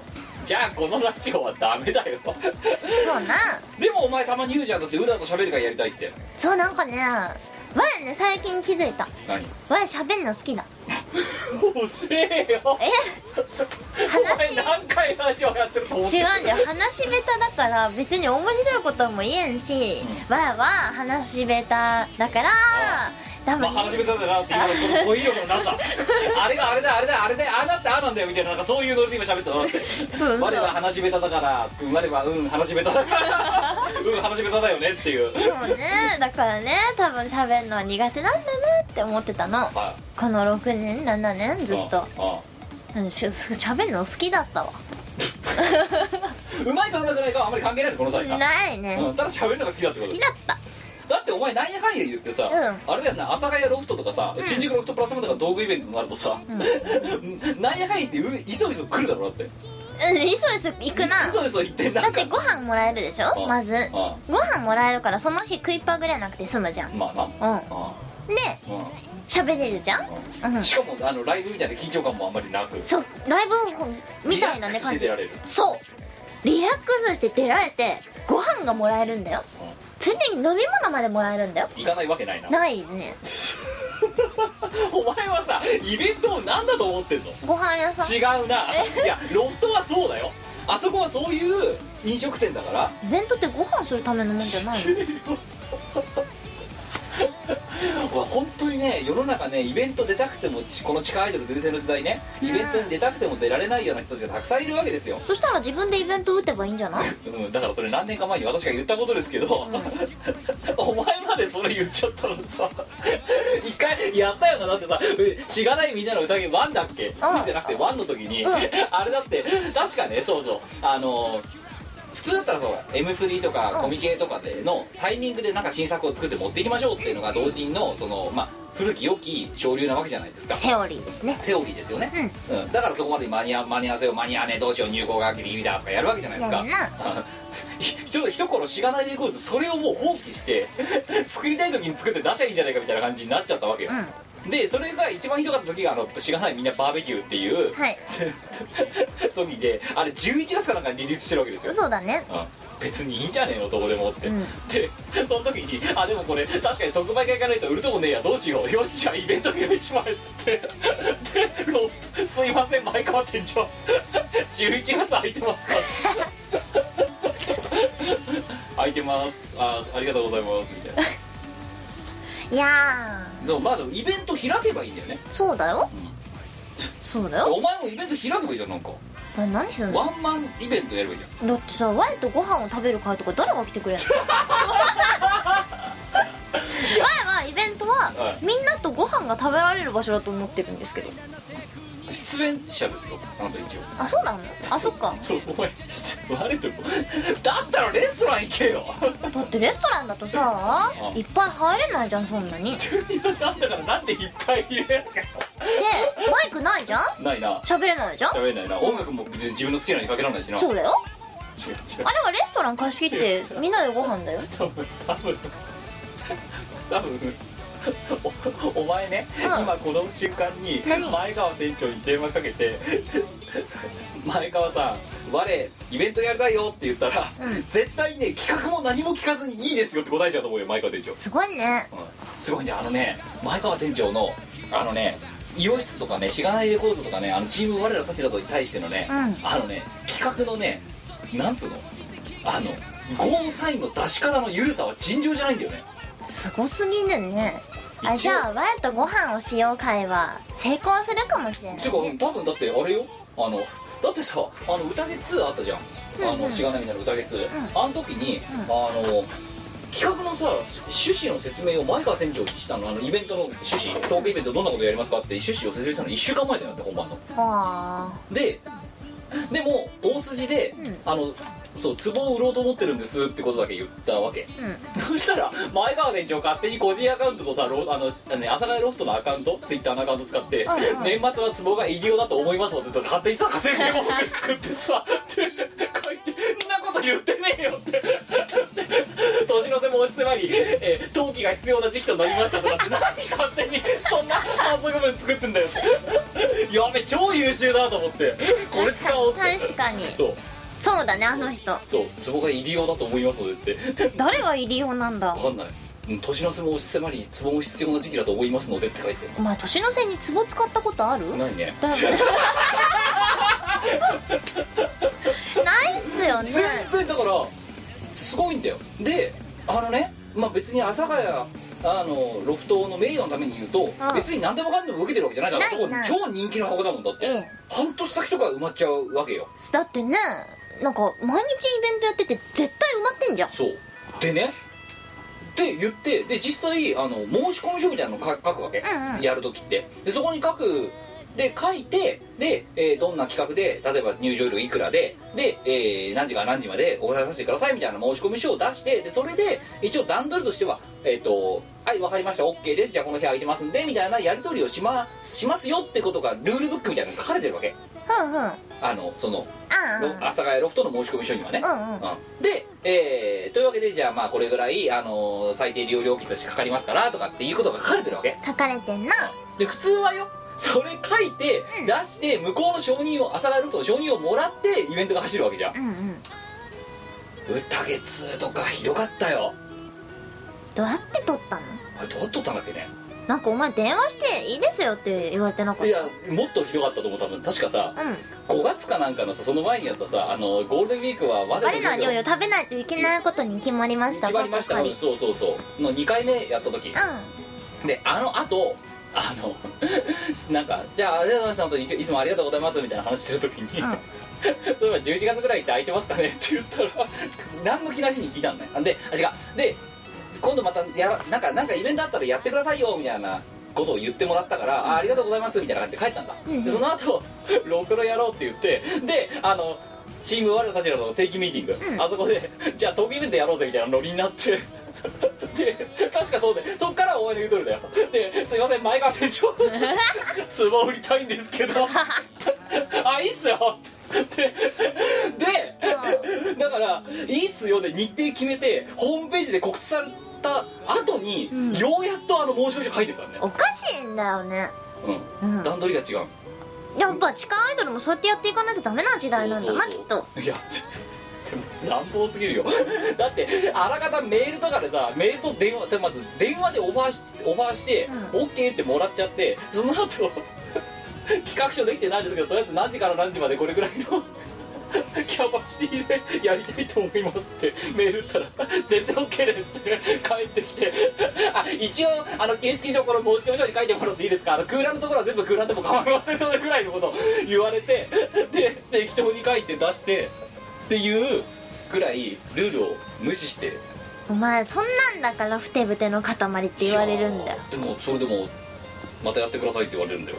Speaker 3: じゃあこのラジオはダメだよ
Speaker 4: そうな
Speaker 3: <laughs> でもお前たまに言うじゃんだってうだうだ喋るからやりたいって
Speaker 4: そうなんかねわやね最近気づいた
Speaker 3: 何
Speaker 4: わや喋んの好きだ
Speaker 3: うせえよお
Speaker 4: え
Speaker 3: 前
Speaker 4: 話
Speaker 3: 何回ラジオやってると思って
Speaker 4: 違
Speaker 3: る
Speaker 4: うんだよ話し下手だから別に面白いことも言えんし、わやは話し下手だから多
Speaker 3: ま
Speaker 4: 分
Speaker 3: あ、話し下手だなって今のこの語彙力のなさ <laughs> あれがあれだあれだあれだああなったあなんだよみたいななんかそういうノリで今喋ったのだって
Speaker 4: そうそう
Speaker 3: 我は話し下手だから我はうん話し下手だから
Speaker 4: <laughs>
Speaker 3: うん話し下手だよねっていう
Speaker 4: そうねだからね多分喋るのは苦手なんだなって思ってたの
Speaker 3: は
Speaker 4: この6年7年
Speaker 3: い
Speaker 4: ずっと
Speaker 3: ああ
Speaker 4: うんし喋るの好きだったわ
Speaker 3: うまいかうまくないかはあんまり関係ないのこの際な、
Speaker 4: ないね
Speaker 3: うん、ただ喋るのが好きだってこ
Speaker 4: 好
Speaker 3: と
Speaker 4: きだった
Speaker 3: だってお前なんやかんや言ってさ、
Speaker 4: う
Speaker 3: あれだよな阿佐ヶ谷ロフトとかさ、新宿ロフトプラスマとか道具イベントになるとさ、 <laughs> なんやかんや言ってういそいそ来るだろだって
Speaker 4: うんいそいそ行くない
Speaker 3: そいそ言ってな
Speaker 4: だっ
Speaker 3: んか
Speaker 4: てご飯もらえるでし
Speaker 3: う
Speaker 4: ょ
Speaker 3: ん
Speaker 4: まず
Speaker 3: うん
Speaker 4: ご飯もらえるからその日食いっぱぐれなくて済むじゃんうん
Speaker 3: まあなああう
Speaker 4: で
Speaker 3: ん
Speaker 4: 喋れるじゃんうん
Speaker 3: しかもあのライブみたいな緊張感もあんまりなく
Speaker 4: そうライブこうみたいな
Speaker 3: リラック
Speaker 4: ね
Speaker 3: スして
Speaker 4: 感
Speaker 3: 出
Speaker 4: じ
Speaker 3: られる
Speaker 4: そうリラックスして出られてご飯がもらえるんだよついでに飲み物までもらえるんだよ
Speaker 3: 行かないわけないな
Speaker 4: ないね
Speaker 3: お前はさイベントを何だと思ってんの
Speaker 4: ご飯屋さん
Speaker 3: 違うないやロフトはそうだよあそこはそういう飲食店だから
Speaker 4: イベントってご飯するためのもんじゃないの
Speaker 3: <laughs> お前本当にね世の中ねイベント出たくてもちこの地下アイドル全盛の時代ねイベントに出たくても出られないような人たちがたくさんいるわけですよ、
Speaker 4: そしたら自分でイベント打てばいいんじゃない
Speaker 3: うん、だからそれ何年か前に私が言ったことですけど、 <laughs> お前までそれ言っちゃったのさ <laughs> 一回やったよなだってさ「しがないみんなの宴ワンだっけ?」2じゃなくてワンの時に、
Speaker 4: うん
Speaker 3: <laughs> あれだって確かねそうそうあの普通だったらそう M3 とかコミケとかでのタイミングでなんか新作を作って持っていきましょうっていうのが同人のその、まあ、古き良き潮流なわけじゃないですか
Speaker 4: セオリーですね
Speaker 3: セオリーですよね、うんだからそこまで間に合間に合わせよう間に合わねえどうしよう入校がギリギリだとかやるわけじゃないですか
Speaker 4: やるな
Speaker 3: <laughs> ひと一頃しがないレコーズそれをもう放棄して <laughs> 作りたい時に作って出しゃいいんじゃないかみたいな感じになっちゃったわけよ、でそれが一番ひどかった時があのしがないみんなバーベキューっていう <laughs>
Speaker 4: はい
Speaker 3: 時であれ11月かなんかにリリースしてるわけですよ、
Speaker 4: そうだね
Speaker 3: うん別にいいんじゃねえのどこでもって、
Speaker 4: うん
Speaker 3: でその時に「あでもこれ確かに即売会行かないと売るとこねえやどうしようよしじゃあイベント決めちまえ」っつってでロ「すいません前川店長11月空いてますか?」空いてますあありがとうございます」みたいない
Speaker 4: や
Speaker 3: そうまあでもイベント開けばいいんだよね
Speaker 4: ーそうだよ
Speaker 3: うん
Speaker 4: そうだよ
Speaker 3: お前もイベント開けばいいじゃんなんか
Speaker 4: だ何するの
Speaker 3: ワンマンイベントやればいいじゃん
Speaker 4: だってさワイとご飯を食べる会とか誰が来てくれん
Speaker 3: <laughs>
Speaker 4: のワイはイベントは
Speaker 3: はい
Speaker 4: みんなとご飯が食べられる場所だと思ってるんですけど
Speaker 3: 出演者ですよあなた一応
Speaker 4: あそうなのあそっか
Speaker 3: そうお前悪いとこだったらレストラン行けよ
Speaker 4: だってレストランだとさ
Speaker 3: うん
Speaker 4: いっぱい入れないじゃんそんなにで
Speaker 3: いやなんだからなんでいっぱい入れなきゃ
Speaker 4: マイクないじゃん
Speaker 3: ないな
Speaker 4: 喋れないじゃん
Speaker 3: 喋れないな音楽も別に自分の好きなのにかけられないしな
Speaker 4: そううだよ
Speaker 3: 違う違う
Speaker 4: あれはレストラン貸し切ってみんなでご飯だよ
Speaker 3: 多分多分多分おお前ね、
Speaker 4: うん
Speaker 3: 今この瞬間に
Speaker 4: 何
Speaker 3: 前川店長に電話かけて「前川さん我イベントやりたいよ」って言ったら、絶対ね企画も何も聞かずに「いいですよ」って答えちゃうと思うよ前川店長
Speaker 4: すごいね
Speaker 3: うんすごいねあのね前川店長のあのね医療室とかねしがないレコードとかねあのチーム我らたちだと対してのね、
Speaker 4: う
Speaker 3: あのね企画のねなんつうのあのゴーンサインの出し方の緩さは尋常じゃないんだよね
Speaker 4: すごすぎるねあ
Speaker 3: 一
Speaker 4: じ
Speaker 3: 応
Speaker 4: ゃあワイとご飯をしよう会は成功するかもしれない
Speaker 3: ていうか多分だってあれよあのだってさあの宴2あったじゃん、
Speaker 4: うんうん
Speaker 3: あのしがないみたいな宴2、
Speaker 4: ん
Speaker 3: あの時に、あの企画のさ趣旨の説明を前川店長にしたのあのイベントの趣旨トークイベントどんなことやりますかって趣旨を説明したの1週間前だよだって本番の
Speaker 4: あ
Speaker 3: ででも大筋で、
Speaker 4: うん
Speaker 3: あのそう壺を売ろうと思ってるんですってことだけ言ったわけ
Speaker 4: うん
Speaker 3: そしたら前川店長勝手に個人アカウントとさロあのあのね阿佐ヶ谷ロフトのアカウントツイッターのアカウント使って
Speaker 4: はいはい
Speaker 3: 年末は壺が入り用だと思いますのでとか勝手にさ稼ぎを作ってさって書いて「んなこと言ってねえよ」って年の瀬も押し迫り、えー陶器が必要な時期となりましたとかって何勝手にそんな反則文作ってんだよってやべ超優秀だと思ってこれ使おうって
Speaker 4: 確かに
Speaker 3: そう
Speaker 4: そうだねあの人
Speaker 3: そう壺が入り用だと思いますのでって
Speaker 4: 誰が入りようなんだ
Speaker 3: わかんないうん年の瀬も押し迫り壺も必要な時期だと思いますのでって書いて
Speaker 4: お前年の瀬に壺使ったことある
Speaker 3: たないね
Speaker 4: だよねないっすよね
Speaker 3: 全然だからすごいんだよであのねまあ別に阿佐ヶ谷あのロフトの名誉のために言うと
Speaker 4: ああ
Speaker 3: 別に何でもかんでも受けてるわけじゃないだから
Speaker 1: ないない
Speaker 3: そこ超人気の箱だもんだって、
Speaker 4: ええ
Speaker 3: 半年先とか埋まっちゃうわけよ
Speaker 4: だってねなんか毎日イベントやってて絶対埋まってんじゃん
Speaker 3: そうでねって言ってで実際あの申し込み書みたいなの書書くわけ、
Speaker 1: うんうん
Speaker 3: やるときってでそこに書くで書いてで、えーどんな企画で例えば入場料いくらでで、えー何時から何時までお答えさせてくださいみたいな申し込み書を出してでそれで一応段取りとしてはえっ、とはいわかりました OK ですじゃあこの部屋空いてますんでみたいなやり取りをしましますよってことがルールブックみたいなのが書かれてるわけ
Speaker 4: ふんふんあ
Speaker 3: あのその
Speaker 4: あ
Speaker 3: ロ阿佐ヶ谷ロフトの申し込み書にはね、
Speaker 4: うんうん
Speaker 3: うんで、えーというわけでじゃあまあこれぐらい、あのー最低利用料金としてかかりますからとかっていうことが書かれてるわけ
Speaker 1: 書かれてんな
Speaker 3: で普通はよそれ書いて
Speaker 1: うん
Speaker 3: 出して向こうの承認を阿佐ヶ谷ロフトの承認をもらってイベントが走るわけじゃん
Speaker 4: うんうん
Speaker 3: 宴2とかひどかったよ
Speaker 4: どうやって撮ったの
Speaker 3: これどうやっとったんだっけね
Speaker 4: なんかお前電話していいですよって言われてなかった
Speaker 3: いやもっとひどかったと思う多分確かさ
Speaker 4: うん
Speaker 3: 5月かなんかのさその前にやったさあのゴールデンウィークは我
Speaker 4: 我の料理
Speaker 3: を
Speaker 4: を食べないといけないことに決まりました
Speaker 3: 決まりました
Speaker 4: パパパ
Speaker 3: そうそうそうの2回目やった時、であのあとあの <laughs> なんか「じゃあありがとうございました」いつもありがとうございます」みたいな話してる時に、 <laughs> そういえば11月ぐらいって空いてますかねって言ったら何の気なしに聞いたのねであ違うで今度またやらなんかなんかイベントあったらやってくださいよみたいなことを言ってもらったから、あありがとうございますみたいな感じで帰ったんだ、
Speaker 4: うんうん
Speaker 3: でその後ろくろやろうって言ってであのチーム我らたちらの定期ミーティング、あそこでじゃあトークイベントやろうぜみたいなノリになってで確かそうでそっからお前の言うとるだよですいません前川店長壺売りたいんですけ
Speaker 4: <laughs>
Speaker 3: どあいいっすよってで <laughs> だから「いいっすよ」で日程決めてホームページで告知された後に、
Speaker 4: うん
Speaker 3: ようやっとあの申し込み書書いてるからね
Speaker 4: うんおかしいんだよねう
Speaker 3: うんん段取りが違う
Speaker 4: やっぱ地下アイドルもそうやってやっていかないとダメな時代なんだなき
Speaker 3: そう
Speaker 4: っと
Speaker 3: いやちょでも乱暴すぎるよ <laughs> だってあらかたメールとかでさメールと電話でまず電話でオファーしオファーして、
Speaker 4: う
Speaker 3: OK ってもらっちゃってその後 <laughs> 企画書できてないんですけどとりあえず何時から何時までこれぐらいの <laughs> キャパシティでやりたいと思いますってメール打ったら全然 OK ですって帰ってきてあ一応あの形式上この申し込み書に書いてもらっていいですかあの空欄のところは全部空欄でも構いませんのでぐらいのことを言われてで適当に書いて出してっていうぐらいルールを無視して
Speaker 4: お前そんなんだからふてぶての塊って言われるんだよ
Speaker 3: でもそれでもまたやってくださいって言われるんだよ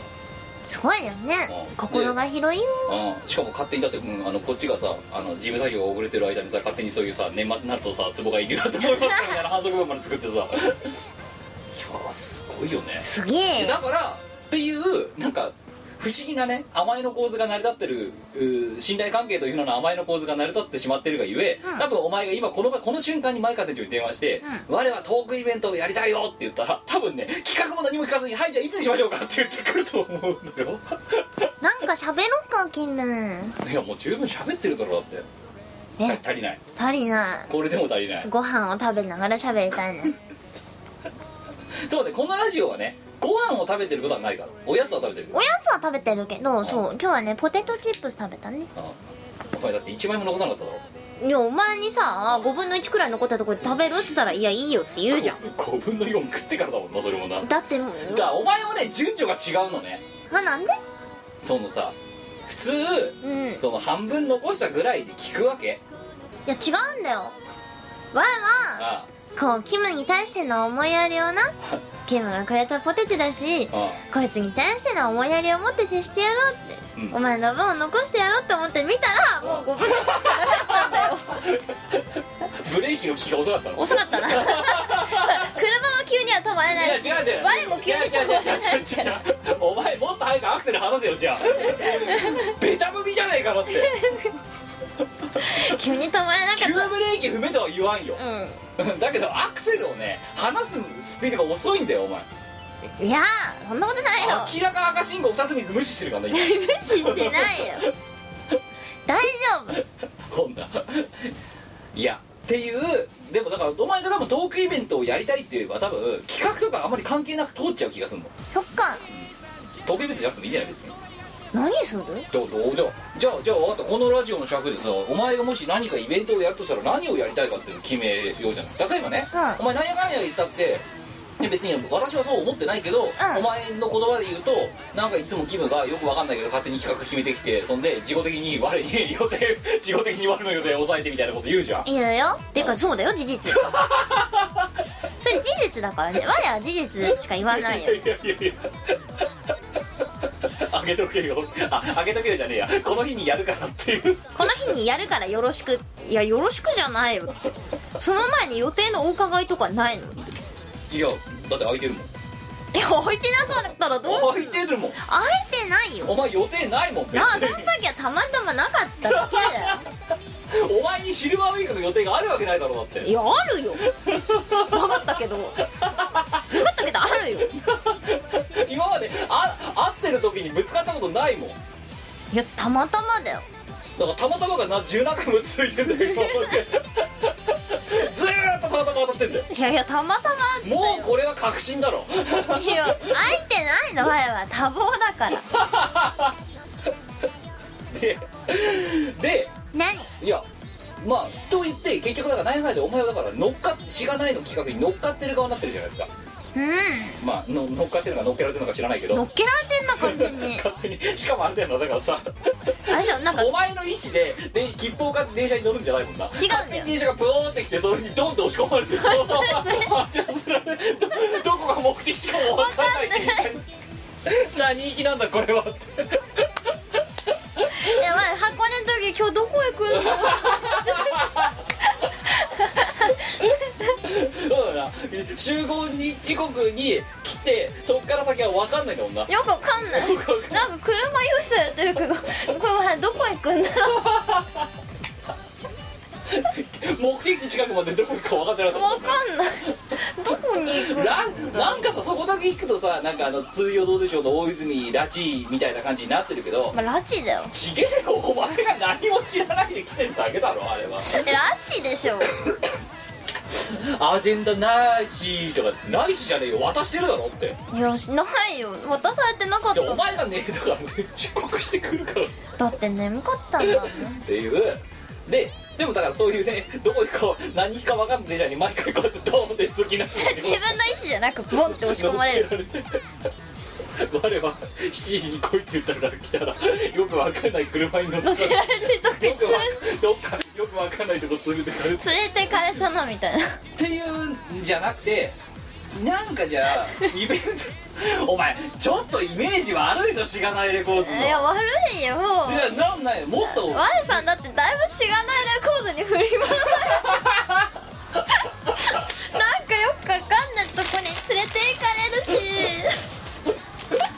Speaker 4: すごいよね
Speaker 3: うん
Speaker 4: 心が広いよ
Speaker 3: うんしかも勝手にだって、うんあのこっちがさあの事務作業が遅れてる間にさ勝手にそういうさ年末になるとさ壺がいるなと思いますみたいな反則文まで作ってさいやーすごいよね
Speaker 4: すげ
Speaker 3: で
Speaker 4: え
Speaker 3: だからっていうなんか不思議なね甘えの構図が成り立ってるうー信頼関係というのの甘えの構図が成り立ってしまってるがゆえ、
Speaker 4: うん
Speaker 3: 多分お前が今この場この瞬間に前川店長に電話して「我はトークイベントをやりたいよ」って言ったら多分ね企画も何も聞かずに「はいじゃあいつにしましょうか」って言ってくると思うのよ <laughs>
Speaker 4: なんか喋ろっかキム
Speaker 3: いやもう十分喋ってるだろだって
Speaker 4: え
Speaker 3: 足りない
Speaker 4: 足りない
Speaker 3: これでも足りない
Speaker 4: ご飯を食べながら喋りたいね
Speaker 3: そうねこのラジオはねご飯を食べてることはないからおやつは食べてるけど
Speaker 4: おやつは食べてるけどそう今日はねポテトチップス食べたね
Speaker 3: うんお前だって1枚も残さなかっただろ
Speaker 4: いやお前にさ5分の1くらい残ったとこで食べるっつったら「いやいいよ」って言う
Speaker 3: <laughs>
Speaker 4: じゃん
Speaker 3: 5分の4食ってからだもんなそれもなだか
Speaker 4: だってもう
Speaker 3: らお前もね順序が違うのね
Speaker 4: あなんで
Speaker 3: そのさ普通
Speaker 4: うんい
Speaker 3: その半分残したぐらいで聞くわけ
Speaker 4: や違うんだよわ
Speaker 3: あ
Speaker 4: いは
Speaker 3: あ
Speaker 4: こうキムに対しての思いやりをな
Speaker 3: <laughs>
Speaker 4: キムがくれたポテチだし
Speaker 3: あ
Speaker 4: こいつに対しての思いやりを持って接してやろうって、
Speaker 3: うん
Speaker 4: お前の分を残してやろうって思って見たらもう5分の1しかなかったん
Speaker 3: <laughs>
Speaker 4: だよ
Speaker 3: ブレーキの利きが遅かったの
Speaker 4: 遅かったな <laughs> 車は急には止まれないし
Speaker 3: や違う違う
Speaker 4: 我も急に止まれない
Speaker 3: 違う違う違う違う違う
Speaker 4: か
Speaker 3: 違
Speaker 4: ら
Speaker 3: うお前もっと早くアクセル離せよ
Speaker 4: <laughs>
Speaker 3: じゃあベタ踏みじゃないかなって
Speaker 4: 急に止まれなか
Speaker 3: 急ブ
Speaker 4: っ
Speaker 3: レーキ踏めとは言わんよ <laughs>
Speaker 4: たうん
Speaker 3: だけどアクセルをね離すスピードが遅いんだよお前
Speaker 4: いやーそんなことないよ
Speaker 3: 明らか赤信号2つ水無視してるからね今
Speaker 4: 無視してな
Speaker 3: <laughs>
Speaker 4: いよ大丈夫
Speaker 3: こん <laughs> ないやっていうでもだからお前が多分トークイベントをやりたいって言えば多分企画とかあんまり関係なく通っちゃう気がするの
Speaker 4: そっか
Speaker 3: トークイベントじゃなくてもいいんじゃない別に
Speaker 4: 何する
Speaker 3: どうどうじゃあじゃあじゃあ分かったこのラジオの尺でさお前がもし何かイベントをやるとしたら何をやりたいかっていうのを決めようじゃない例えばね、
Speaker 4: うん
Speaker 3: お前何やかんや言ったってで別に私はそう思ってないけど、お前の言葉で言うとなんかいつもキムがよくわかんないけど勝手に企画決めてきてそんで自己的に我に <laughs> 予定自己的に我の予定を抑えてみたいなこと言うじゃん
Speaker 4: いやよてかそうだよ
Speaker 3: <laughs>
Speaker 4: 事実それ事実だからね我は事実しか言わないよ
Speaker 3: いやいやいやあげとけよああげとけよじゃねえやこの日にやるからっていう
Speaker 4: この日にやるからよろしくいやよろしくじゃないよってその前に予定のお伺いとかないのい
Speaker 3: いやだって空いてるもん
Speaker 4: や空いてなかったらどうす
Speaker 3: 空
Speaker 4: る
Speaker 3: いてるもん
Speaker 4: 空いてないよ
Speaker 3: お前予定ないもん別
Speaker 4: なあその
Speaker 3: に
Speaker 4: 時はたまたまなかっただけだよ
Speaker 3: お前にシルバーウィークの予定があるわけないだろうだって <laughs>
Speaker 4: いやあるよ分かったけど分かったけどあるよ
Speaker 3: 今まであ会ってる時にぶつかったことないもんだ
Speaker 4: いやたまたまだよ
Speaker 3: からたまたまがな十何回も続いてんだ <laughs> よ今までずーっとたまたま当たってんだよ
Speaker 4: いやいやたまたま
Speaker 3: もうこれは確信だろ
Speaker 4: いや空いてないの前は多忙だから
Speaker 3: でで
Speaker 4: 何
Speaker 3: いやまあと言って結局だから何やかんやでお前はだから乗っかっしがないの企画に乗っかってる側になってるじゃないですか
Speaker 4: う
Speaker 3: まあの乗っかってるのか乗っけられてるのか知らないけ
Speaker 4: ん乗
Speaker 3: ど
Speaker 4: っけられてんな完全に
Speaker 3: 勝手にしかもあれだよなだからさ
Speaker 4: あれでしょなんか
Speaker 3: お前の意思でで切符を買って電車に乗るんじゃないもんな違
Speaker 4: んだよ
Speaker 3: 電車がブーンってきてそれにドンと押し込まれてそのまま発車 <laughs> するどどこが目的しかも分かんない電車に何行きなんだこれはって
Speaker 4: いやばい箱根の時今日どこへ来るの
Speaker 3: そうだな集合に時刻に来てそっから先は分かんないんだもんな
Speaker 4: よくわかんないなんか車用意されてるけどこれはどこへ行くんだろう
Speaker 3: 目的地近くまでどこ行くか分かってなかったも
Speaker 4: わ
Speaker 3: んな
Speaker 4: かんないどこに行くんだ
Speaker 3: ななんかさそこだけ聞くとさなんかあの通用どうでしょうの大泉拉致みたいな感じになってるけど、
Speaker 4: まあ、拉致だよ
Speaker 3: ちげえよお前が何も知らないで来てるだけだろあれは
Speaker 4: え拉致でしょ
Speaker 3: アジェンダないしとかないしじゃねえよ渡してるだろって
Speaker 4: いやしないよ渡されてなかっ
Speaker 3: じゃあ
Speaker 4: た
Speaker 3: お前がねえだから <laughs> 出国してくるからっ
Speaker 4: だって眠かったんだもんね
Speaker 3: ていうででもだからそういうねどこ行くか何日か分かんない電車に毎回こうやってドーンって突きなす
Speaker 4: それ <laughs> 自分の意思じゃなくボンって押し込ま <laughs> れる
Speaker 3: 乗っけられて我は7時に来いって言ったから来たらよくわかんない車に乗って
Speaker 4: 乗せられてと
Speaker 3: よくわ
Speaker 4: か
Speaker 3: どっかよくわかんないとこ連れてかれて
Speaker 4: 連れてかれたなみたいな
Speaker 3: っていうんじゃなくてなんかじゃあイベントお前ちょっとイメージ悪いぞしがないレコーズの
Speaker 4: いや悪いよ
Speaker 3: いやなんないもっと
Speaker 4: ワルさんだってだいぶしがないレコードに振り回されてなんかよくわかんないとこに連れて行かれる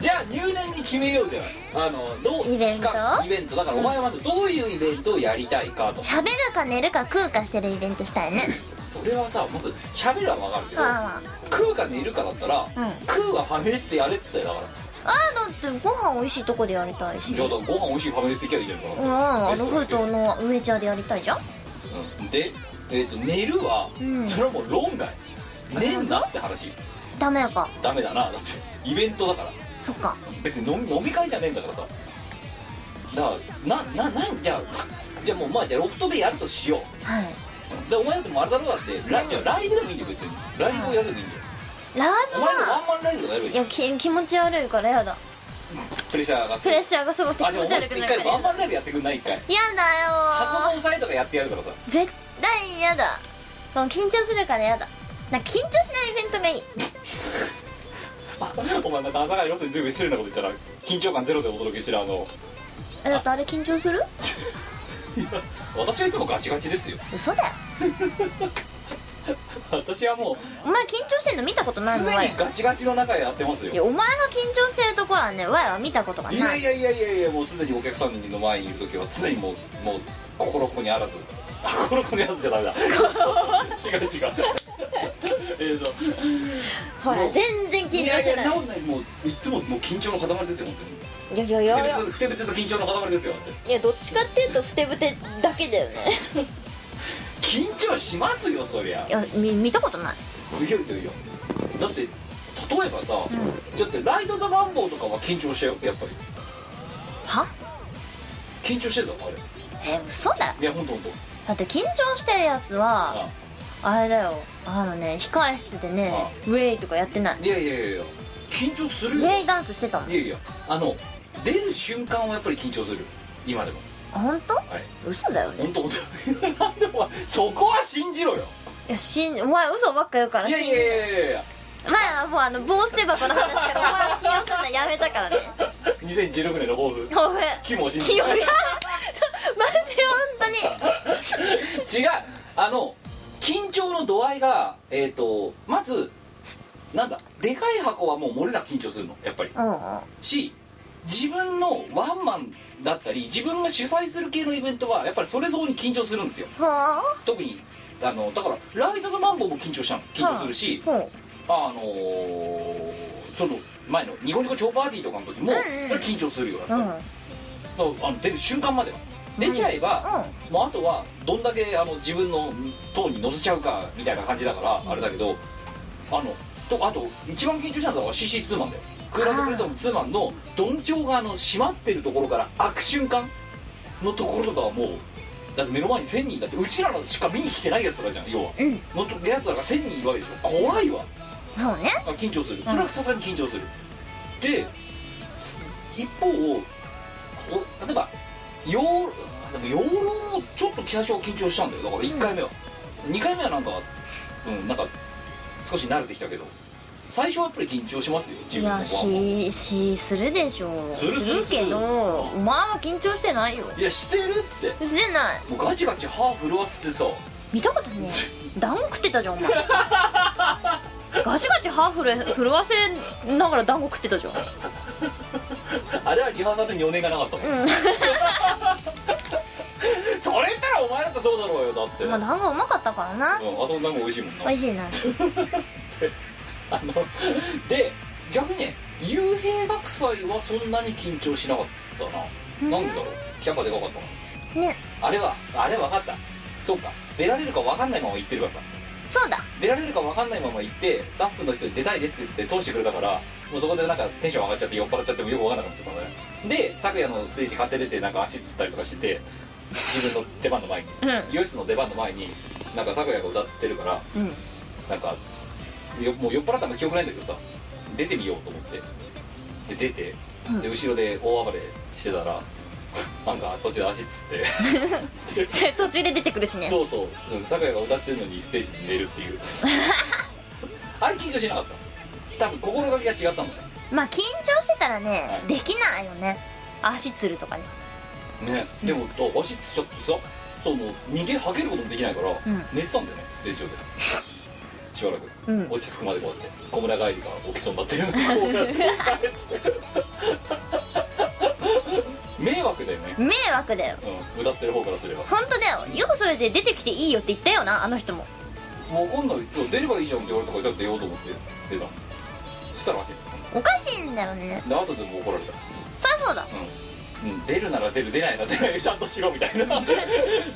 Speaker 3: じゃあ入念に決めようじゃないあのどう
Speaker 4: イベント
Speaker 3: 企画イベントだからお前はまずどういうイベントをやりたいかと
Speaker 4: し喋るか寝るか食うかしてるイベントしたいね
Speaker 3: それはさまず喋るはわかるけど
Speaker 4: あ
Speaker 3: 食うか寝るかだったら、
Speaker 4: うん
Speaker 3: 食うはファミレスでやれっつったよだから
Speaker 4: ああだってご飯美味しいとこでやりたいし
Speaker 3: じゃあだからご飯美味しいファミレス行きゃいいじゃん
Speaker 4: うん
Speaker 3: か
Speaker 4: あ
Speaker 3: レス
Speaker 4: の
Speaker 3: トラ
Speaker 4: 封
Speaker 3: ン
Speaker 4: 筒
Speaker 3: 行けば
Speaker 4: のウエチャーでやりたいじゃん
Speaker 3: うんで、えー、と寝るは、
Speaker 4: うん
Speaker 3: それはもう論外寝んなって話
Speaker 4: ダメか
Speaker 3: ダメだなだってイベントだから
Speaker 4: そっか
Speaker 3: 別に飲み飲み会じゃねえんだからさだからなななんじゃあじゃあもうまあじゃあロフトでやるとしよ
Speaker 4: はいう
Speaker 3: でお前だってもうあれだろうだってライライブでもいいんだよ別にライブをやるでもいいんだよ
Speaker 4: ラー
Speaker 3: お
Speaker 4: ブ
Speaker 3: 前の
Speaker 4: は
Speaker 3: ワンマンライブとかやればいい
Speaker 4: いやき気持ち悪いからやだ
Speaker 3: プレッシャーがす
Speaker 4: プ
Speaker 3: ごい
Speaker 4: レッシャーがすごくて
Speaker 3: あ
Speaker 4: 気
Speaker 3: でも
Speaker 4: 持
Speaker 3: お前
Speaker 4: ち悪
Speaker 3: ちょっ
Speaker 4: く
Speaker 3: と一
Speaker 4: なる
Speaker 3: 回
Speaker 4: から
Speaker 3: ワン
Speaker 4: や
Speaker 3: マンライブやってくんない一回
Speaker 4: だや
Speaker 3: 箱
Speaker 4: だ
Speaker 3: の
Speaker 4: よ
Speaker 3: 押さえとかやってやるからさ
Speaker 4: ー絶対やだもう緊張するからやだなんか緊張しないイベントがいい
Speaker 3: あお前また朝から夜ずいぶん失礼なこと言ったら緊張感ゼロでお届けしてるあの
Speaker 4: えだってあれ緊張する
Speaker 3: 私はいつもガチガチですよ
Speaker 4: 嘘だよ
Speaker 3: 私はもう
Speaker 4: お前緊張してんの見たことない
Speaker 3: 常
Speaker 4: のわい
Speaker 3: にガチガチの中でやってますよ
Speaker 4: いやお前が緊張してるところはねわいは見たことが
Speaker 3: いや
Speaker 4: ないい
Speaker 3: やいやいやいやもうすでにお客さんの前にいる時は常にもうもう心ここにあらずあ心ここにあらずじゃダメだ違う違うえっと
Speaker 4: ほら全然緊張してない
Speaker 3: やや治んないもういつももう緊張の塊ですよ本
Speaker 4: いやいやい
Speaker 3: 当
Speaker 4: やいや
Speaker 3: にふてぶてふてぶてと緊張の塊ですよだって
Speaker 4: いやどっちかっていうとふてぶてだけだよね
Speaker 3: 緊張しますよそりゃ
Speaker 4: <laughs> いやみ見たことない
Speaker 3: いやいやいやだって例えばさ、
Speaker 4: ん
Speaker 3: ちょっとライト・ザ・ランボーとかは緊張したよやっぱり
Speaker 4: は
Speaker 3: 緊張してたあれい
Speaker 4: え嘘だよ
Speaker 3: や本当本当
Speaker 4: だって緊張してるやつはあれだよあのね控え室でね
Speaker 3: あ
Speaker 4: ウェイとかやってない
Speaker 3: いやいやいやいや緊張す
Speaker 4: ウ
Speaker 3: るよ
Speaker 4: ェイダンスしてたもん
Speaker 3: いやいやあの出る瞬間はやっぱり緊張する今でも
Speaker 4: 本当
Speaker 3: はい
Speaker 4: 嘘だよね
Speaker 3: 本当本当なんでお前そこは信じろよ
Speaker 4: いやしんお前嘘ばっか言うから
Speaker 3: い
Speaker 4: し
Speaker 3: や
Speaker 4: ん
Speaker 3: いやいやいやいや
Speaker 4: 前はもうあの棒捨て箱の話からお前は信用するのやめたからね
Speaker 3: 2016年の抱負
Speaker 4: ほふ
Speaker 3: キモを信じ
Speaker 4: 気
Speaker 3: ろ
Speaker 4: を <laughs> マジ本当に
Speaker 3: 違うあの緊張の度合いがえっ、とまずなんだでかい箱はもう漏れなく緊張するのやっぱり
Speaker 4: うんうん
Speaker 3: し自分のワンマンだったり自分が主催する系のイベントはやっぱりそれぞれに緊張するんですよ
Speaker 4: ほう
Speaker 3: 特にあのだからライト・ザ・マンボウも緊張したの緊張するし、
Speaker 4: ほう
Speaker 3: あのーその前のニコニコ超パーティーとかの時も、
Speaker 4: うんうん
Speaker 3: 緊張するよやっ
Speaker 4: う
Speaker 3: ぱ
Speaker 4: ん
Speaker 3: り
Speaker 4: うん
Speaker 3: だからあの出る瞬間までは出ちゃえば、もうあとはどんだけあの自分の塔に乗せちゃうかみたいな感じだからあれだけどあのとあと一番緊張したのは CC2 マンだよクーラーとクリトン2マンのどんちょうがあの閉まってるところから開く瞬間のところとかはもうだって目の前に1000人だってうちらのしか見に来てないやつらじゃん要は
Speaker 4: うん
Speaker 3: のとやつらが1000人いるわけでしょ怖いわ
Speaker 4: そうね
Speaker 3: あ緊張するそれはさすがに緊張する、で一方をお例えば養でも養老もちょっと最初は緊張したんだよだから1回目は、2回目はなんかうんなんか少し慣れてきたけど最初はやっぱり緊張しますよ自
Speaker 4: い
Speaker 3: 分のワン
Speaker 4: や
Speaker 3: マン
Speaker 4: ししするでしょ
Speaker 3: するする
Speaker 4: け
Speaker 3: する
Speaker 4: どお前は緊張してないよ
Speaker 3: いやしてるって
Speaker 4: してない
Speaker 3: もうガチガチ歯震わせてさ
Speaker 4: 見たことね
Speaker 3: <laughs>
Speaker 4: え団子食ってたじゃんお前ガチガチ歯震え震わせながら団子食ってたじゃん
Speaker 3: あれはリハーサルに余念がなかったもん、 <laughs> それ言ったらお前だってそうだろうよだって、
Speaker 4: うんまあ団子うまかったからな
Speaker 3: うん、あそんなもん美味しいもんな
Speaker 4: 美味しいな
Speaker 3: あので逆にね幽閉学祭はそんなに緊張しなかったななんでだろうキャパでかかったな
Speaker 4: ね
Speaker 3: あれはあれ分かったそうか出られるか分かんないまま言ってるからか
Speaker 4: そうだ
Speaker 3: 出られるか分かんないまま言ってスタッフの人に出たいですって言って通してくれたからもうそこでなんかテンション上がっちゃって酔っ払っちゃってもよく分かんなくなっちゃったのねで昨夜のステージ買って出てなんか足つったりとかしてて自分の出番の <laughs> 前に
Speaker 4: うん
Speaker 3: ユースの出番の前になんか昨夜が歌ってるから
Speaker 4: うん
Speaker 3: なんかよもう酔っ払ったの記憶ないんだけどさ出てみようと思ってで出て
Speaker 4: うん
Speaker 3: で後ろで大暴れしてたらなんか途中で足つってで
Speaker 4: それ <laughs> 途中で出てくるしね
Speaker 3: そうそううん酒井が歌ってるのにステージに寝るって
Speaker 4: <laughs>
Speaker 3: いうあれ緊張しなかった多分心がけが違ったんだ
Speaker 4: まあ緊張してたら
Speaker 3: は
Speaker 4: ね
Speaker 3: い
Speaker 4: できないよね足つるとかね
Speaker 3: ねねでもあ足つっちゃってさその逃げはけることもできないから、
Speaker 4: ん
Speaker 3: 寝てたんだよねステージ上
Speaker 4: <laughs>
Speaker 3: でしばらく
Speaker 4: うん
Speaker 3: 落ち着くまでこうやって小村帰りが起きそうになってるのをこうやって喋って迷惑だよね、
Speaker 4: 迷惑だよ
Speaker 3: うん、歌ってる方からすれば
Speaker 4: 本当だよよくそれで出てきていいよって言ったよなあの人も
Speaker 3: 分かんないいや出ればいいじゃんって言われたからじゃあ出ようと思って出たそしたら足つった
Speaker 4: おかしいんだよね
Speaker 3: ので後でも怒られた
Speaker 4: そりゃそうだ
Speaker 3: うん、うん、出るなら出る出ないなら出ないよちゃんとしろみたいない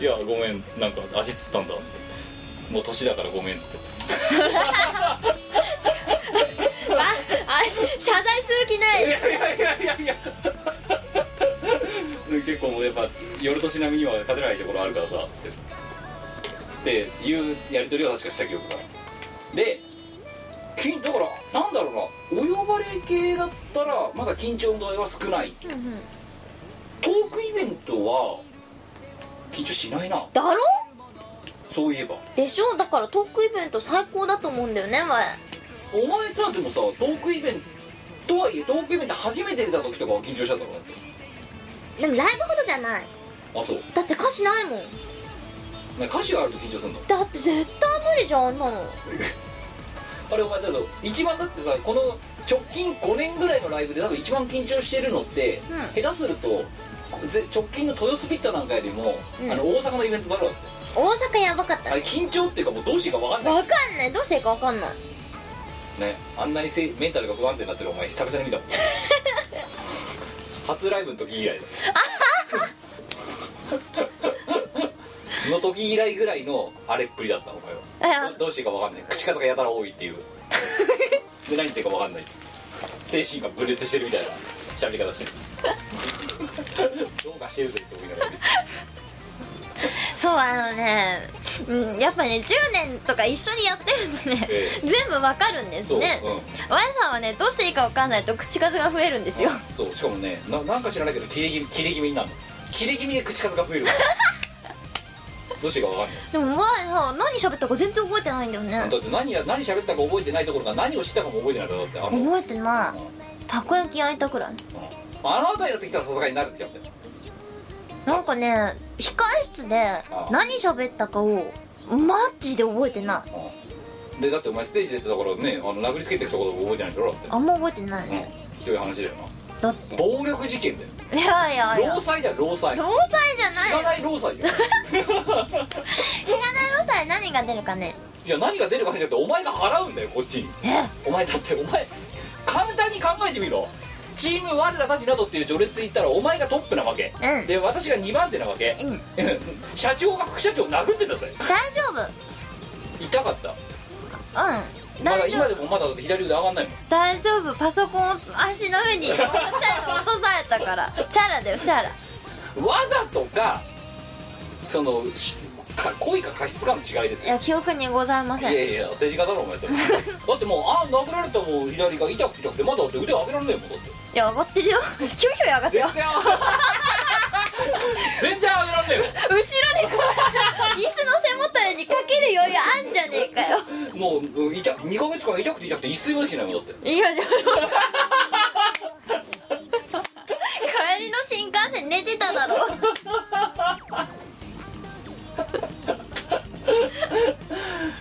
Speaker 3: やごめんなんか足つったんだってもう年だからごめんって
Speaker 4: あ <laughs> あれ謝罪する気ない
Speaker 3: いやいやいやいやいや結構もうやっぱ夜年並みには勝てないところあるからさってっていうやり取りを確かした記憶があるできだからなんだろうなお呼ばれ系だったらまだ緊張の度合いは少ない
Speaker 4: うんうん
Speaker 3: トークイベントは緊張しないな
Speaker 4: だろ
Speaker 3: そういえば
Speaker 4: でしょだからトークイベント最高だと思うんだよね前
Speaker 3: お前さでもさトークイベントとはいえトークイベント初めて出た時とかは緊張しちゃったのだって
Speaker 4: でもライブほどじゃない
Speaker 3: あそう
Speaker 4: だって歌詞ないもん
Speaker 3: な歌詞があると緊張するの
Speaker 4: だって絶対無理じゃんあんなの
Speaker 3: あれお前だと一番だってさこの直近5年ぐらいのライブで多分一番緊張してるのって、
Speaker 4: う
Speaker 3: 下手するとぜ直近の豊洲ピットなんかよりも、
Speaker 4: うん
Speaker 3: あの大阪のイベントだろうだって
Speaker 4: 大阪やばかった
Speaker 3: あれ緊張っていうかもうどうしていいか分かんない
Speaker 4: わかんないどうしていいかわかんない
Speaker 3: ねあんなにせメンタルが不安定になってるお前久々に
Speaker 4: <laughs>
Speaker 3: 見たもん初ライブの時以来だの時以来ぐらいのあれっぷりだったお前は
Speaker 4: あ
Speaker 3: どどうしていいか分かんない口数がやたら多いっていうで何言ってるか分かんない精神が分裂してるみたいな喋り方して
Speaker 4: <laughs>
Speaker 3: るどうかしてるぜって思いながら見てた
Speaker 4: そうあのね、うん、やっぱね10年とか一緒にやってるとね、
Speaker 3: え
Speaker 4: 全部わかるんです
Speaker 3: そう、
Speaker 4: ね
Speaker 3: うん
Speaker 4: ワイさんはねどうしていいかわかんないと口数が増えるんですよ
Speaker 3: そうしかもねななんか知らないけど切れ気味切れ気味になるの切れ気味で口数が増えるからどうしていいか分かんない
Speaker 4: でもワイさん何喋ったか全然覚えてないんだよね
Speaker 3: だって何や何喋ったか覚えてないところが何をしたかも覚えてないだろだってあの、うん
Speaker 4: 覚えてないたこ焼き焼いたくらい
Speaker 3: あの辺りやってきたらさすがに慣れてきたんだよ
Speaker 4: なんかね控え室で何喋ったかをマジで覚えてない
Speaker 3: うんでだってお前ステージ出たところねあの殴りつけてるところ覚えてないだろだって
Speaker 4: あんま覚えてない
Speaker 3: うん
Speaker 4: ね、
Speaker 3: ひどい話だよ
Speaker 4: だっ
Speaker 3: な
Speaker 4: て
Speaker 3: 暴力事件だよ
Speaker 4: いやいやいや
Speaker 3: 労災だよ労災
Speaker 4: 労災じ
Speaker 3: 知
Speaker 4: ゃな
Speaker 3: ら
Speaker 4: い
Speaker 3: ない労災よ
Speaker 4: 知らない労災何が出るかね
Speaker 3: いや何が出るかじゃなくてお前が払うんだよこっちに
Speaker 4: え
Speaker 3: お前だってお前簡単に考えてみろチーム我らたちなどっていう序列で言ったらお前がトップなわけ、
Speaker 4: うん
Speaker 3: で私が2番手なわけ、 <laughs>
Speaker 4: うん
Speaker 3: 社長が副社長を殴ってたぜ
Speaker 4: 大丈夫
Speaker 3: 痛かった
Speaker 4: うん
Speaker 3: まだ
Speaker 4: 大丈
Speaker 3: 今で
Speaker 4: 夫
Speaker 3: もまだだって左腕上がんないもん
Speaker 4: 大丈夫パソコンを足の上に重たいの落とされたからチャラだよチャラ
Speaker 3: わざとかそのしか恋か過失かの違いです
Speaker 4: い
Speaker 3: よ
Speaker 4: や記憶にございま
Speaker 3: い
Speaker 4: せ
Speaker 3: や
Speaker 4: ん
Speaker 3: いや政治家だろお前
Speaker 4: <laughs>
Speaker 3: それだってもうああ殴られたもう左が痛くて痛くてまだだって腕上げられないもんだって
Speaker 4: いや上がってるよ <laughs> ヒューヒュー上がってる
Speaker 3: 全
Speaker 4: よ
Speaker 3: 然全然上げられないよ
Speaker 4: 後ろにこう椅子の背もたれにかける余裕あんじゃねえかよ
Speaker 3: もううん痛2ヶ月間痛くて痛くて一睡もできてないもんだって
Speaker 4: いやでも <laughs> 帰りの新幹線寝てただろ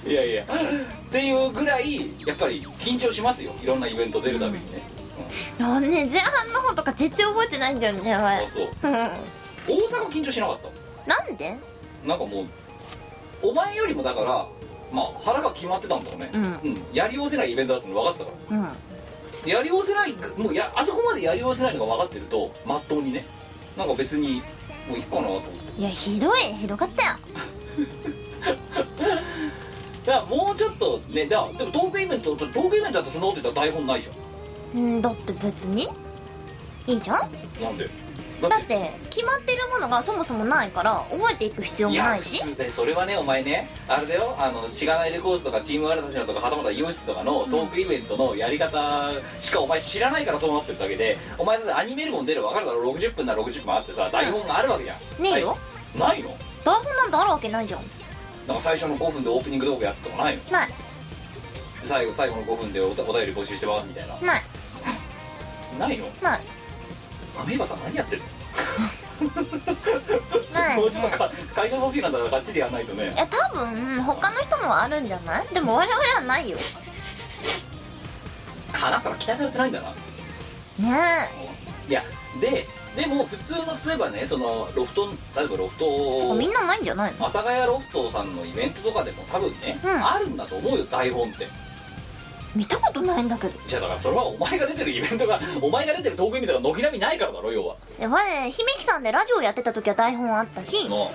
Speaker 3: いやいやっていうぐらいやっぱり緊張しますよいろんなイベント出るたびにね、
Speaker 4: あね前半の方とか全然覚えてないんだよねお前 <laughs>
Speaker 3: あそう
Speaker 4: うん
Speaker 3: 大阪緊張しなかった
Speaker 4: なんで
Speaker 3: なんかもうお前よりもだからまあ腹が決まってたんだろうね、
Speaker 4: うん
Speaker 3: やりおせないイベントだったの分かってたか
Speaker 4: うん
Speaker 3: らやりおせないもうやあそこまでやりおせないのが分かってるとまっとうにねなんか別にもういっかなと思って
Speaker 4: いやひどいひどかったよ
Speaker 3: だからもうちょっとねだからでもトークイベントトークイベントだとそんなこと言ったら台本ないじゃ
Speaker 4: うんだって別にいいじゃん
Speaker 3: んなんでだ
Speaker 4: だって決まってるものがそもそもないから覚えていく必要もないし
Speaker 3: や普通でそれはねお前ねあれだよあのしがないレコーズとかチームワールドたちのとかはたまたイオシスとかのトークイベントのやり方しかお前知らないからそうなってるだけでお前だってアニメるもん出る分かるだろ60分なら60分あってさ台本があるわけじゃん
Speaker 4: ねえよ
Speaker 3: ないの
Speaker 4: 台本なんてあるわけないじゃん
Speaker 3: なんか最初の5分でオープニング動画やってとかないの
Speaker 4: ない
Speaker 3: 最後最後の5分でおお便り募集してますみたいな
Speaker 4: ない
Speaker 3: ないの
Speaker 4: ない
Speaker 3: アメーバさん何やってる
Speaker 4: な
Speaker 3: の
Speaker 4: い
Speaker 3: も <laughs>
Speaker 4: ね
Speaker 3: うちょっとか会社組織なんだからガッチリやんないとね
Speaker 4: いや多分他の人のはあるんじゃないでも我々はないよ
Speaker 3: あなんか期待されてないんだな
Speaker 4: ね
Speaker 3: いやででも普通の例えばねそのロフト例えばロフ
Speaker 4: え
Speaker 3: ト
Speaker 4: みんなないんじゃない
Speaker 3: 阿佐ヶ谷ロフトさんのイベントとかでも多分ね、
Speaker 4: うん
Speaker 3: あるんだと思うよ台本って
Speaker 4: 見たことないんだけど
Speaker 3: じゃあだからそれはお前が出てるイベントが <laughs> お前が出てるトークイベントが軒並みないからだろ要は
Speaker 4: え我ね姫木さんでラジオやってた時は台本あったし
Speaker 3: う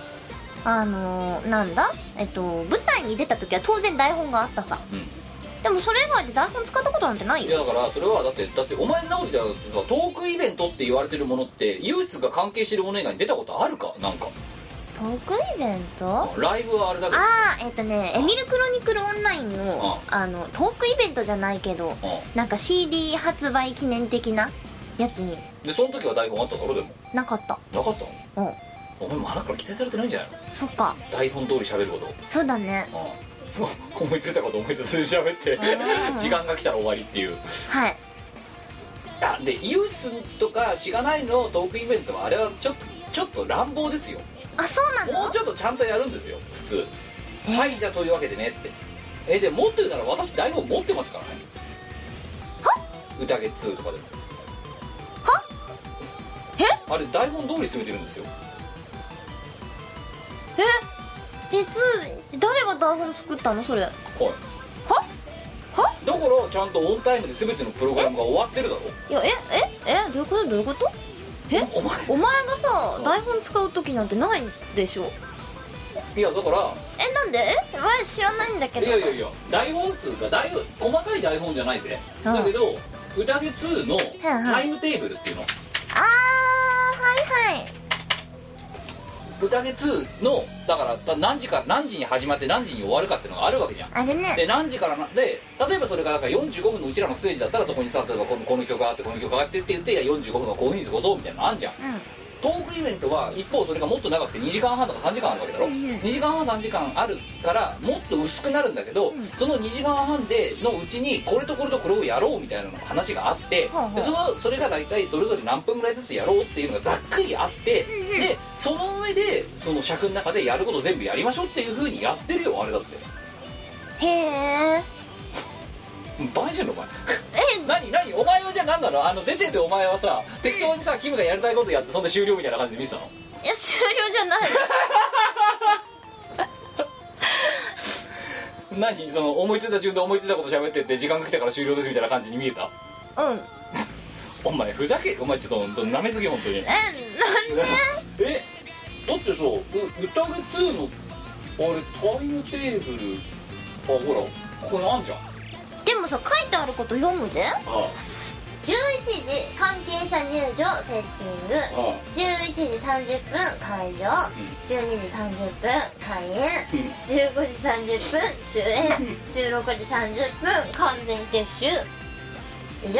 Speaker 4: あのーなんだえっと舞台に出た時は当然台本があったさ
Speaker 3: ん、
Speaker 4: でもそれ以外で台本使ったことなんてない
Speaker 3: いや
Speaker 4: よ
Speaker 3: だからそれはだってだってお前の中でだからトークイベントって言われてるものって唯一が関係してるもの以外に出たことあるかなんか
Speaker 4: トークイベント
Speaker 3: ライブはあれだけど
Speaker 4: あーえっとね「エミルクロニクルオンラインの」あのトークイベントじゃないけど
Speaker 3: う
Speaker 4: なんか CD 発売記念的なやつに
Speaker 3: んでその時は台本あっただろでも
Speaker 4: なかった
Speaker 3: なかった
Speaker 4: うん
Speaker 3: お前も花から期待されてないんじゃないの
Speaker 4: そっか
Speaker 3: 台本通り喋ること
Speaker 4: そうだね
Speaker 3: うん <laughs> 思いついたこと思いついたこと喋って
Speaker 4: うん
Speaker 3: 時間が来たら終わりっていう
Speaker 4: はい
Speaker 3: あでイオシスとかしがないのトークイベントはあれはちょっとちょっと乱暴ですよ
Speaker 4: あそうな
Speaker 3: もう
Speaker 4: の
Speaker 3: ちょっとちゃんとやるんですよ普通
Speaker 4: え
Speaker 3: はいじゃあというわけでねってえで持ってるなら私台本持ってますからね宴2とかでも
Speaker 4: え
Speaker 3: あれ台本通り進めてるんですよ
Speaker 4: え別誰が台本作ったのそれ
Speaker 3: はいだからちゃんとオンタイムで全てのプログラムが終わってるだろ
Speaker 4: いやえええどういうことどういうことえ
Speaker 3: お前
Speaker 4: お前がさ
Speaker 3: ん
Speaker 4: 台本使う時なんてないでしょ
Speaker 3: いやだから
Speaker 4: えなんでえ前知らないんだけ
Speaker 3: い
Speaker 4: ど
Speaker 3: やいやいや台本っつうかだいぶ細かい台本じゃないぜ、
Speaker 4: うん
Speaker 3: だけど宴2の
Speaker 4: んうん
Speaker 3: タイムテーブルっていうの
Speaker 4: あーはいはい
Speaker 3: 宴2のだからだ何時から何時に始まって何時に終わるかっていうのがあるわけじゃん
Speaker 4: あれね
Speaker 3: で何時からなで例えばそれがなんか45分のうちらのステージだったらそこにさ例えばこのこの曲があってこの曲があってって言っていや45分はこういうふうに過ごそうみたいなのあんじゃん
Speaker 4: う
Speaker 3: トークイベントは一方それがもっと長くて2時間半とか3時間あるわけだろ、
Speaker 4: うんうん
Speaker 3: 2時間半3時間あるからもっと薄くなるんだけど、
Speaker 4: ん
Speaker 3: その2時間半でのうちにこれとこれとこれをやろうみたいなの話があって、
Speaker 4: ほうほう
Speaker 3: でそのそれが大体それぞれ何分ぐらいずつやろうっていうのがざっくりあって、
Speaker 1: うん
Speaker 3: でその上でその尺の中でやること全部やりましょうっていうふうにやってるよあれだって
Speaker 4: へえ
Speaker 3: バイじゃんのお前 <laughs> 何何お前はじゃあ何なのあの出ててお前はさ適当にさキムがやりたいことやってそんで終了みたいな感じで見てたの
Speaker 4: いや終了じゃない <laughs>
Speaker 3: 何その思いついた順で思いついたこと喋ってって時間が来たから終了ですみたいな感じに見えた
Speaker 4: うん
Speaker 3: お前ふざけお前ちょっと本当舐めすぎ本当に
Speaker 4: えなん
Speaker 3: え
Speaker 4: で
Speaker 3: だってさう宴2のあれタイムテーブルあほらここにあんじゃんあ
Speaker 4: でもさ書いてあること読むで
Speaker 3: あ
Speaker 4: 11時関係者入場セッティン
Speaker 3: あ
Speaker 4: グ
Speaker 3: あ
Speaker 4: 11時30分会場12時30分開演
Speaker 3: うん
Speaker 4: 15時30分終演16時30分完全撤収以上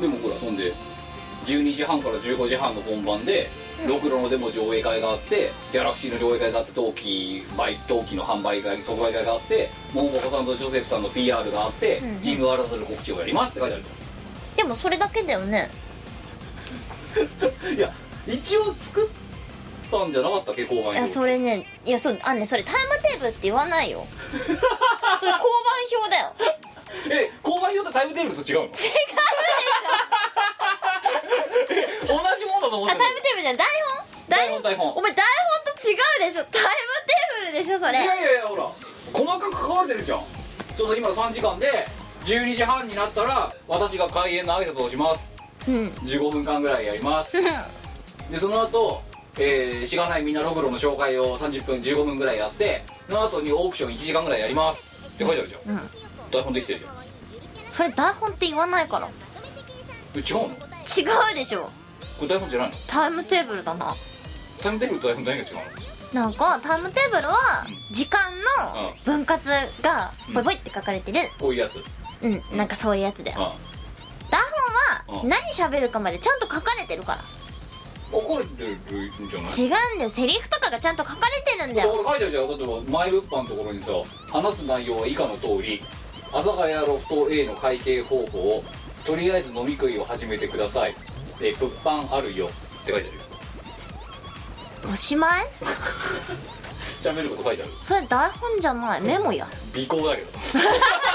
Speaker 3: でもほらそんで12時半から15時半の本番でろくろのでも上映会があってギャラクシーの上映会があって陶器売陶器の販売会即売会があって桃子さんとジョセフさんの PR があって、
Speaker 4: うんうん
Speaker 3: チームワールドする告知をやりますって書いてある
Speaker 4: でもそれだけだよね
Speaker 3: といや一応作ったんじゃなかったっけ交
Speaker 4: い
Speaker 3: 番
Speaker 4: や
Speaker 3: 表
Speaker 4: それねいやそうあねそれタイムテーブルって言わな
Speaker 3: <laughs>
Speaker 4: いよそれ交番表だよ
Speaker 3: え交番表とタイムテーブルと違うの
Speaker 4: 違うでしょ
Speaker 3: <laughs> 同じものだと思っ
Speaker 4: あタ
Speaker 3: て
Speaker 4: イ
Speaker 3: る
Speaker 4: ムテーブルじゃない
Speaker 3: 台
Speaker 4: 台本
Speaker 3: 本台本
Speaker 4: お前台本と違うでしょタイムテーブルでしょそ
Speaker 3: いやい
Speaker 4: れ
Speaker 3: やいやほら細かく書かれてるじゃんその今の3時間で12時半になったら私が開演の挨拶をします
Speaker 4: うん
Speaker 3: 15分間ぐらいやりますでその後、えーしがないみんなログロの紹介を30分15分ぐらいやってその後にオークション1時間ぐらいやりますって書いてあるじゃん、
Speaker 4: うん
Speaker 3: 台本できてるじゃん
Speaker 4: それ台本って言わないから
Speaker 3: え違うのこ
Speaker 4: 違うでしょ
Speaker 3: れ台本じゃないの
Speaker 4: タイムテーブルだな
Speaker 3: タイムテーブルと台本何が違うの
Speaker 4: なんかタイムテーブルは時間の
Speaker 3: うん
Speaker 4: 分割が
Speaker 3: うん
Speaker 4: ボイボイって書かれてる
Speaker 3: こういうやつ、うん、
Speaker 4: うんなんかそういうやつだよ台本は
Speaker 3: うん
Speaker 4: 何喋るかまでちゃんと書かれてるから
Speaker 3: 怒れてるんじゃない
Speaker 4: 違うんだよセリフとかがちゃんと書かれてるんだ
Speaker 3: だか
Speaker 4: よ
Speaker 3: ら書いてあるじゃん例えば前物販のところにさ話す内容は以下の通り阿佐ヶ谷ロフト A の会計方法をとりあえず飲み食いを始めてくださいえ物販あるよって書いてあるよ
Speaker 4: おしまい
Speaker 3: 喋ること書いてある
Speaker 4: それ台本じゃないメモや
Speaker 3: 尾行だけど <laughs>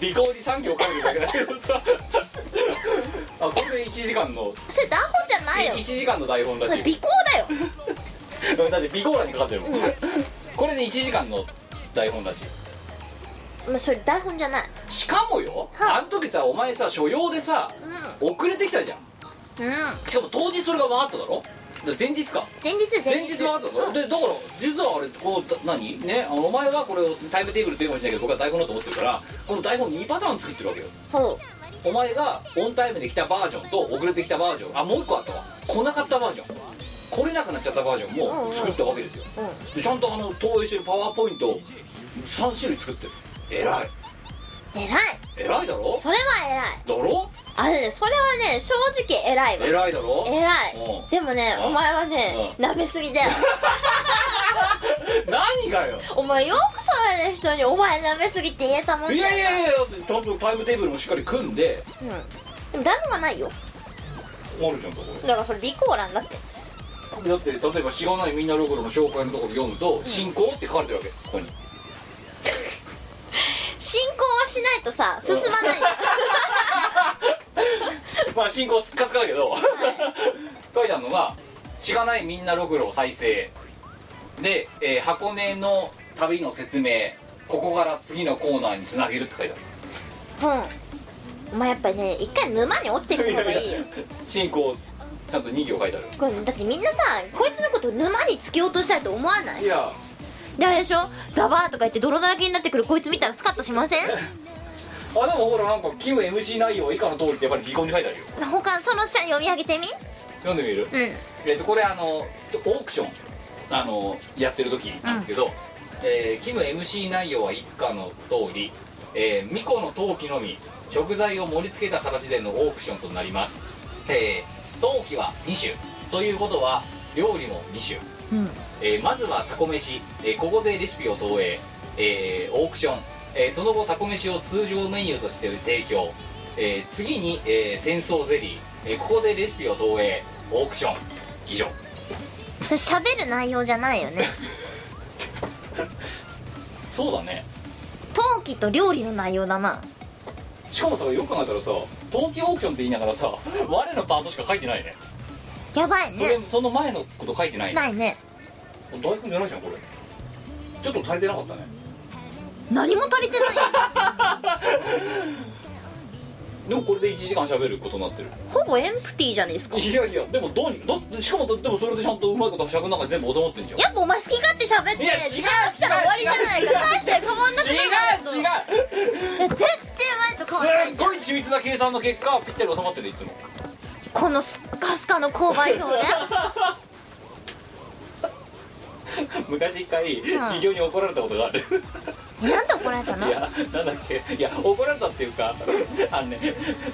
Speaker 3: 尾行に3行かけてるだけだけどさあこれで1時間の
Speaker 4: それ台本じゃないよ
Speaker 3: 1時間の台本ら
Speaker 4: そ
Speaker 3: しい
Speaker 4: れ尾行だよ
Speaker 3: だって尾行欄にかかってるもんこれで1時間の台本らしい
Speaker 4: まあそれ台本じゃない
Speaker 3: しかもよ
Speaker 4: はい
Speaker 3: あの時さお前さ所用でさ
Speaker 4: う
Speaker 3: 遅れてきたじゃん
Speaker 4: んうん
Speaker 3: しかも当日それが分かっただろだ前日か
Speaker 4: 前日
Speaker 3: 前日分かっただろ、でだから実はあれこうだ何ねあのお前はこれをタイムテーブルというかもしれないけど僕は台本だと思ってるからこの台本2パターン作ってるわけよ
Speaker 4: ほ
Speaker 3: お前がオンタイムで来たバージョンと遅れてきたバージョンあもう一個あったわ来なかったバージョン来れなくなっちゃったバージョンも作ったわけですよ
Speaker 4: ううん
Speaker 3: でちゃんとあの投影してるパワーポイントを3種類作ってる偉い
Speaker 4: 偉い
Speaker 3: 偉いだろ
Speaker 4: それは偉い
Speaker 3: だろ
Speaker 4: あれねそれはね正直偉いわ
Speaker 3: 偉いだろ
Speaker 4: 偉
Speaker 3: うん
Speaker 4: いでもね
Speaker 3: うん
Speaker 4: お前はね
Speaker 3: う
Speaker 4: 舐めすぎだよ
Speaker 3: 何がよ
Speaker 4: お前よくそういう人に「お前舐めすぎ」って言えたもんだ
Speaker 3: い
Speaker 4: よ
Speaker 3: やいやいやだってちゃんとタイムテーブルもしっかり組んで
Speaker 4: うんでも誰もがないよ
Speaker 3: あるじゃんとこ
Speaker 4: だからそれリコーランだって
Speaker 3: ろだって例えば「知らないみんなログロ」の紹介のところ読むと「進行」って書かれてるわけここに
Speaker 4: 進行はしないとさ進まないんだよ
Speaker 3: <laughs> まあ進行すっかすかだけど、 <laughs> 書いてあるのが「しがないみんなログロ再生」で、えー箱根の旅の説明ここから次のコーナーにつなげる」って書いてある
Speaker 4: うんお前やっぱりね一回沼に落ちてく方がいいよ
Speaker 3: 進行ちゃんと2行書いてある
Speaker 4: これだってみんなさこいつのこと沼に突き落としたいと思わない
Speaker 3: いや
Speaker 4: であれでしょザバーとか言って泥だらけになってくるこいつ見たらスカッとしません
Speaker 3: あでもほらなんかキム MC 内容以下の通りってやっぱり離婚に書いてあるよ
Speaker 4: 他その下読み上げてみ
Speaker 3: 読んでみる
Speaker 4: うん
Speaker 3: えっとこれあのオークションあのやってる時なんですけど、えーキム MC 内容は以下の通り、えー、巫女の陶器のみ食材を盛り付けた形でのオークションとなります、えー、陶器は2種ということは料理も2種、
Speaker 4: うん
Speaker 3: えーまずはタコ飯、えーここでレシピを投影、えーオークション、えーその後タコ飯を通常メニューとして提供、えー次に、えー戦争ゼリー、えーここでレシピを投影オークション以上
Speaker 4: それ喋る内容じゃないよね
Speaker 3: そうだね
Speaker 4: 陶器と料理の内容だな
Speaker 3: しかもさよく考えたらさ冬季オークションって言いながらさ我のパートしか書いてないね
Speaker 4: やばい
Speaker 3: それ
Speaker 4: ね
Speaker 3: その前のこと書いてないね
Speaker 4: ないね
Speaker 3: 大根じゃないじゃんこれちょっと足りてなかったね
Speaker 4: 何も足りてないよ
Speaker 3: でもこれで1時間喋ることになってる
Speaker 4: ほぼエンプティーじゃないですか
Speaker 3: いやいやでもどうにだってしかもだでもそれでちゃんとうまいこと尺の中に全部収まってんじゃん
Speaker 4: やっぱお前好き勝手喋っ
Speaker 3: いや違う
Speaker 4: て時間来たら終わりじゃないか帰って変わんなくなる
Speaker 3: 違う違う
Speaker 4: いや全然前と変わんない
Speaker 3: すっごい緻密な計算の結果ぴったり収まってるい <laughs> つも
Speaker 4: このスッカスカの購買表ね <laughs>
Speaker 3: 昔一回
Speaker 4: ん
Speaker 3: 企業に怒られたことがある
Speaker 4: えなんで怒られたの
Speaker 3: いやなんだっけいや怒られたっていうかあのね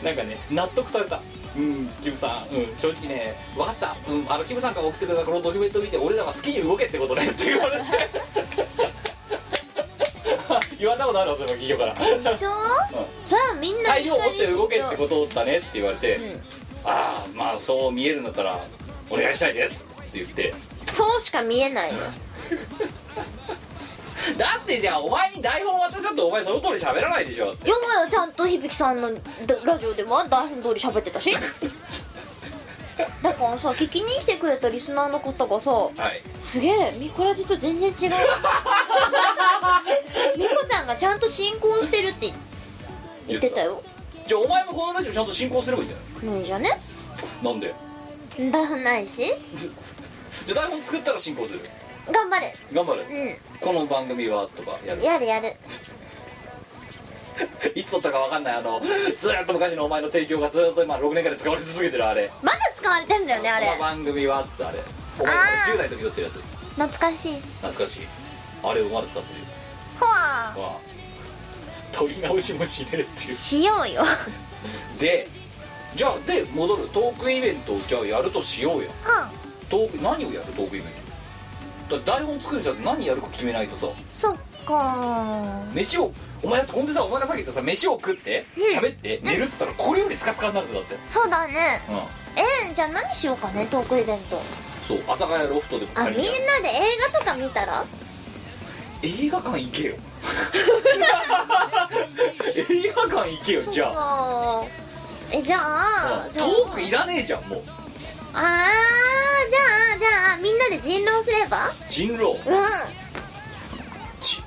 Speaker 3: なんかね納得されたうんキムさん、うん、正直ね分かった、うん、あのキムさんが送ってくれたこのドキュメント見て俺らが好きに動けってことねって言われて <laughs> 言われたことあるわそれも企業
Speaker 4: <laughs>
Speaker 3: から
Speaker 4: でしょじゃあみんな
Speaker 3: 裁量を持って動けってことだねって言われて、
Speaker 4: うん
Speaker 3: ああまあそう見えるんだったらお願いしたいですって言って
Speaker 4: そうしか見えないよ
Speaker 3: だってじゃあお前に台本渡しちゃってお前その通り喋らないでしょって
Speaker 4: よくちゃんと響さんのラジオでも台本通り喋ってたしだからさ聞きに来てくれたリスナーの方がさ
Speaker 3: はい
Speaker 4: すげえミコラジと全然違う <laughs> ミコさんがちゃんと進行してるって言ってたよ
Speaker 3: じゃあお前もこのラジオちゃんと進行すればいいんじゃ
Speaker 4: 無理じゃね
Speaker 3: ないなんで
Speaker 4: 台本ないし
Speaker 3: じゃあ台本作ったら進行する
Speaker 4: 頑張れ
Speaker 3: 頑張る
Speaker 4: う
Speaker 3: この番組はとかやる
Speaker 4: んやるやる
Speaker 3: いつ撮ったかわかんないあのずーっと昔のお前の提供がずーっと今6年間で使われ続けてるあれ
Speaker 4: まだ使われてるんだよねあれ
Speaker 3: この番組はっつってあれお前
Speaker 4: あー
Speaker 3: 10代の時撮ってるやつ
Speaker 4: 懐かしい
Speaker 3: 懐かしいあれをまだ使ってるよ
Speaker 4: ほわ
Speaker 3: まあ撮り直しもしねえっていう
Speaker 4: しようよ
Speaker 3: でじゃあで戻るトークイベントをじゃあやるとしようよ
Speaker 4: <laughs> うん
Speaker 3: トーク何をやるトークイベントだ台本作るじゃん何やるか決めないとさ
Speaker 4: そっか
Speaker 3: 飯をお前だってほんでさお前がさっき言ったさ飯を食って
Speaker 4: うん
Speaker 3: 喋って寝るっつったらこれよりスカスカになるぞだって
Speaker 4: そうだね
Speaker 3: うん
Speaker 4: えー、じゃあ何しようかねトークイベント
Speaker 3: そう阿佐ヶ谷ロフトでも
Speaker 4: あみんな
Speaker 3: に
Speaker 4: で
Speaker 3: やる
Speaker 4: 映画とか見たら
Speaker 3: 映画館行け
Speaker 4: <laughs>
Speaker 3: よ映画館行けよじゃあ
Speaker 4: あえじゃあ
Speaker 3: うん
Speaker 4: じ
Speaker 3: ト
Speaker 4: ゃあ
Speaker 3: ークいらねえじゃんもう
Speaker 4: あーじゃあじゃあみんなで人狼すれば
Speaker 3: 人狼
Speaker 4: うん
Speaker 3: じ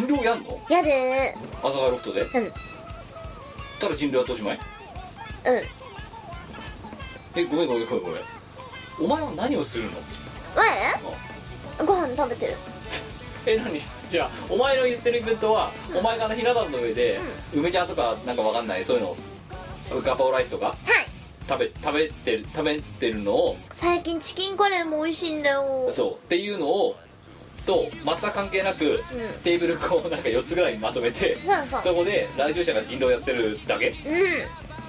Speaker 3: 人狼やんの
Speaker 4: やる
Speaker 3: 阿佐ヶ谷ロフトでうんただ人狼やっておしまい
Speaker 4: うん
Speaker 3: えごめんごめんごめんごめんお前は何をするの
Speaker 4: わえご飯食べてる
Speaker 3: え何 <laughs> じゃあお前の言ってるイベントは、お前があのひな壇の上で、梅茶とかなんかわかんないそういうのガパオライスとか
Speaker 4: はい
Speaker 3: 食べ食べてる食べてるのを
Speaker 4: 最近チキンカレーも美味しいんだよ
Speaker 3: そうっていうのをと全く関係なく、
Speaker 4: ん
Speaker 3: テーブルこうなんか4つぐらいにまとめて
Speaker 4: そうそう
Speaker 3: そこで来場者が人狼やってるだけ
Speaker 4: うん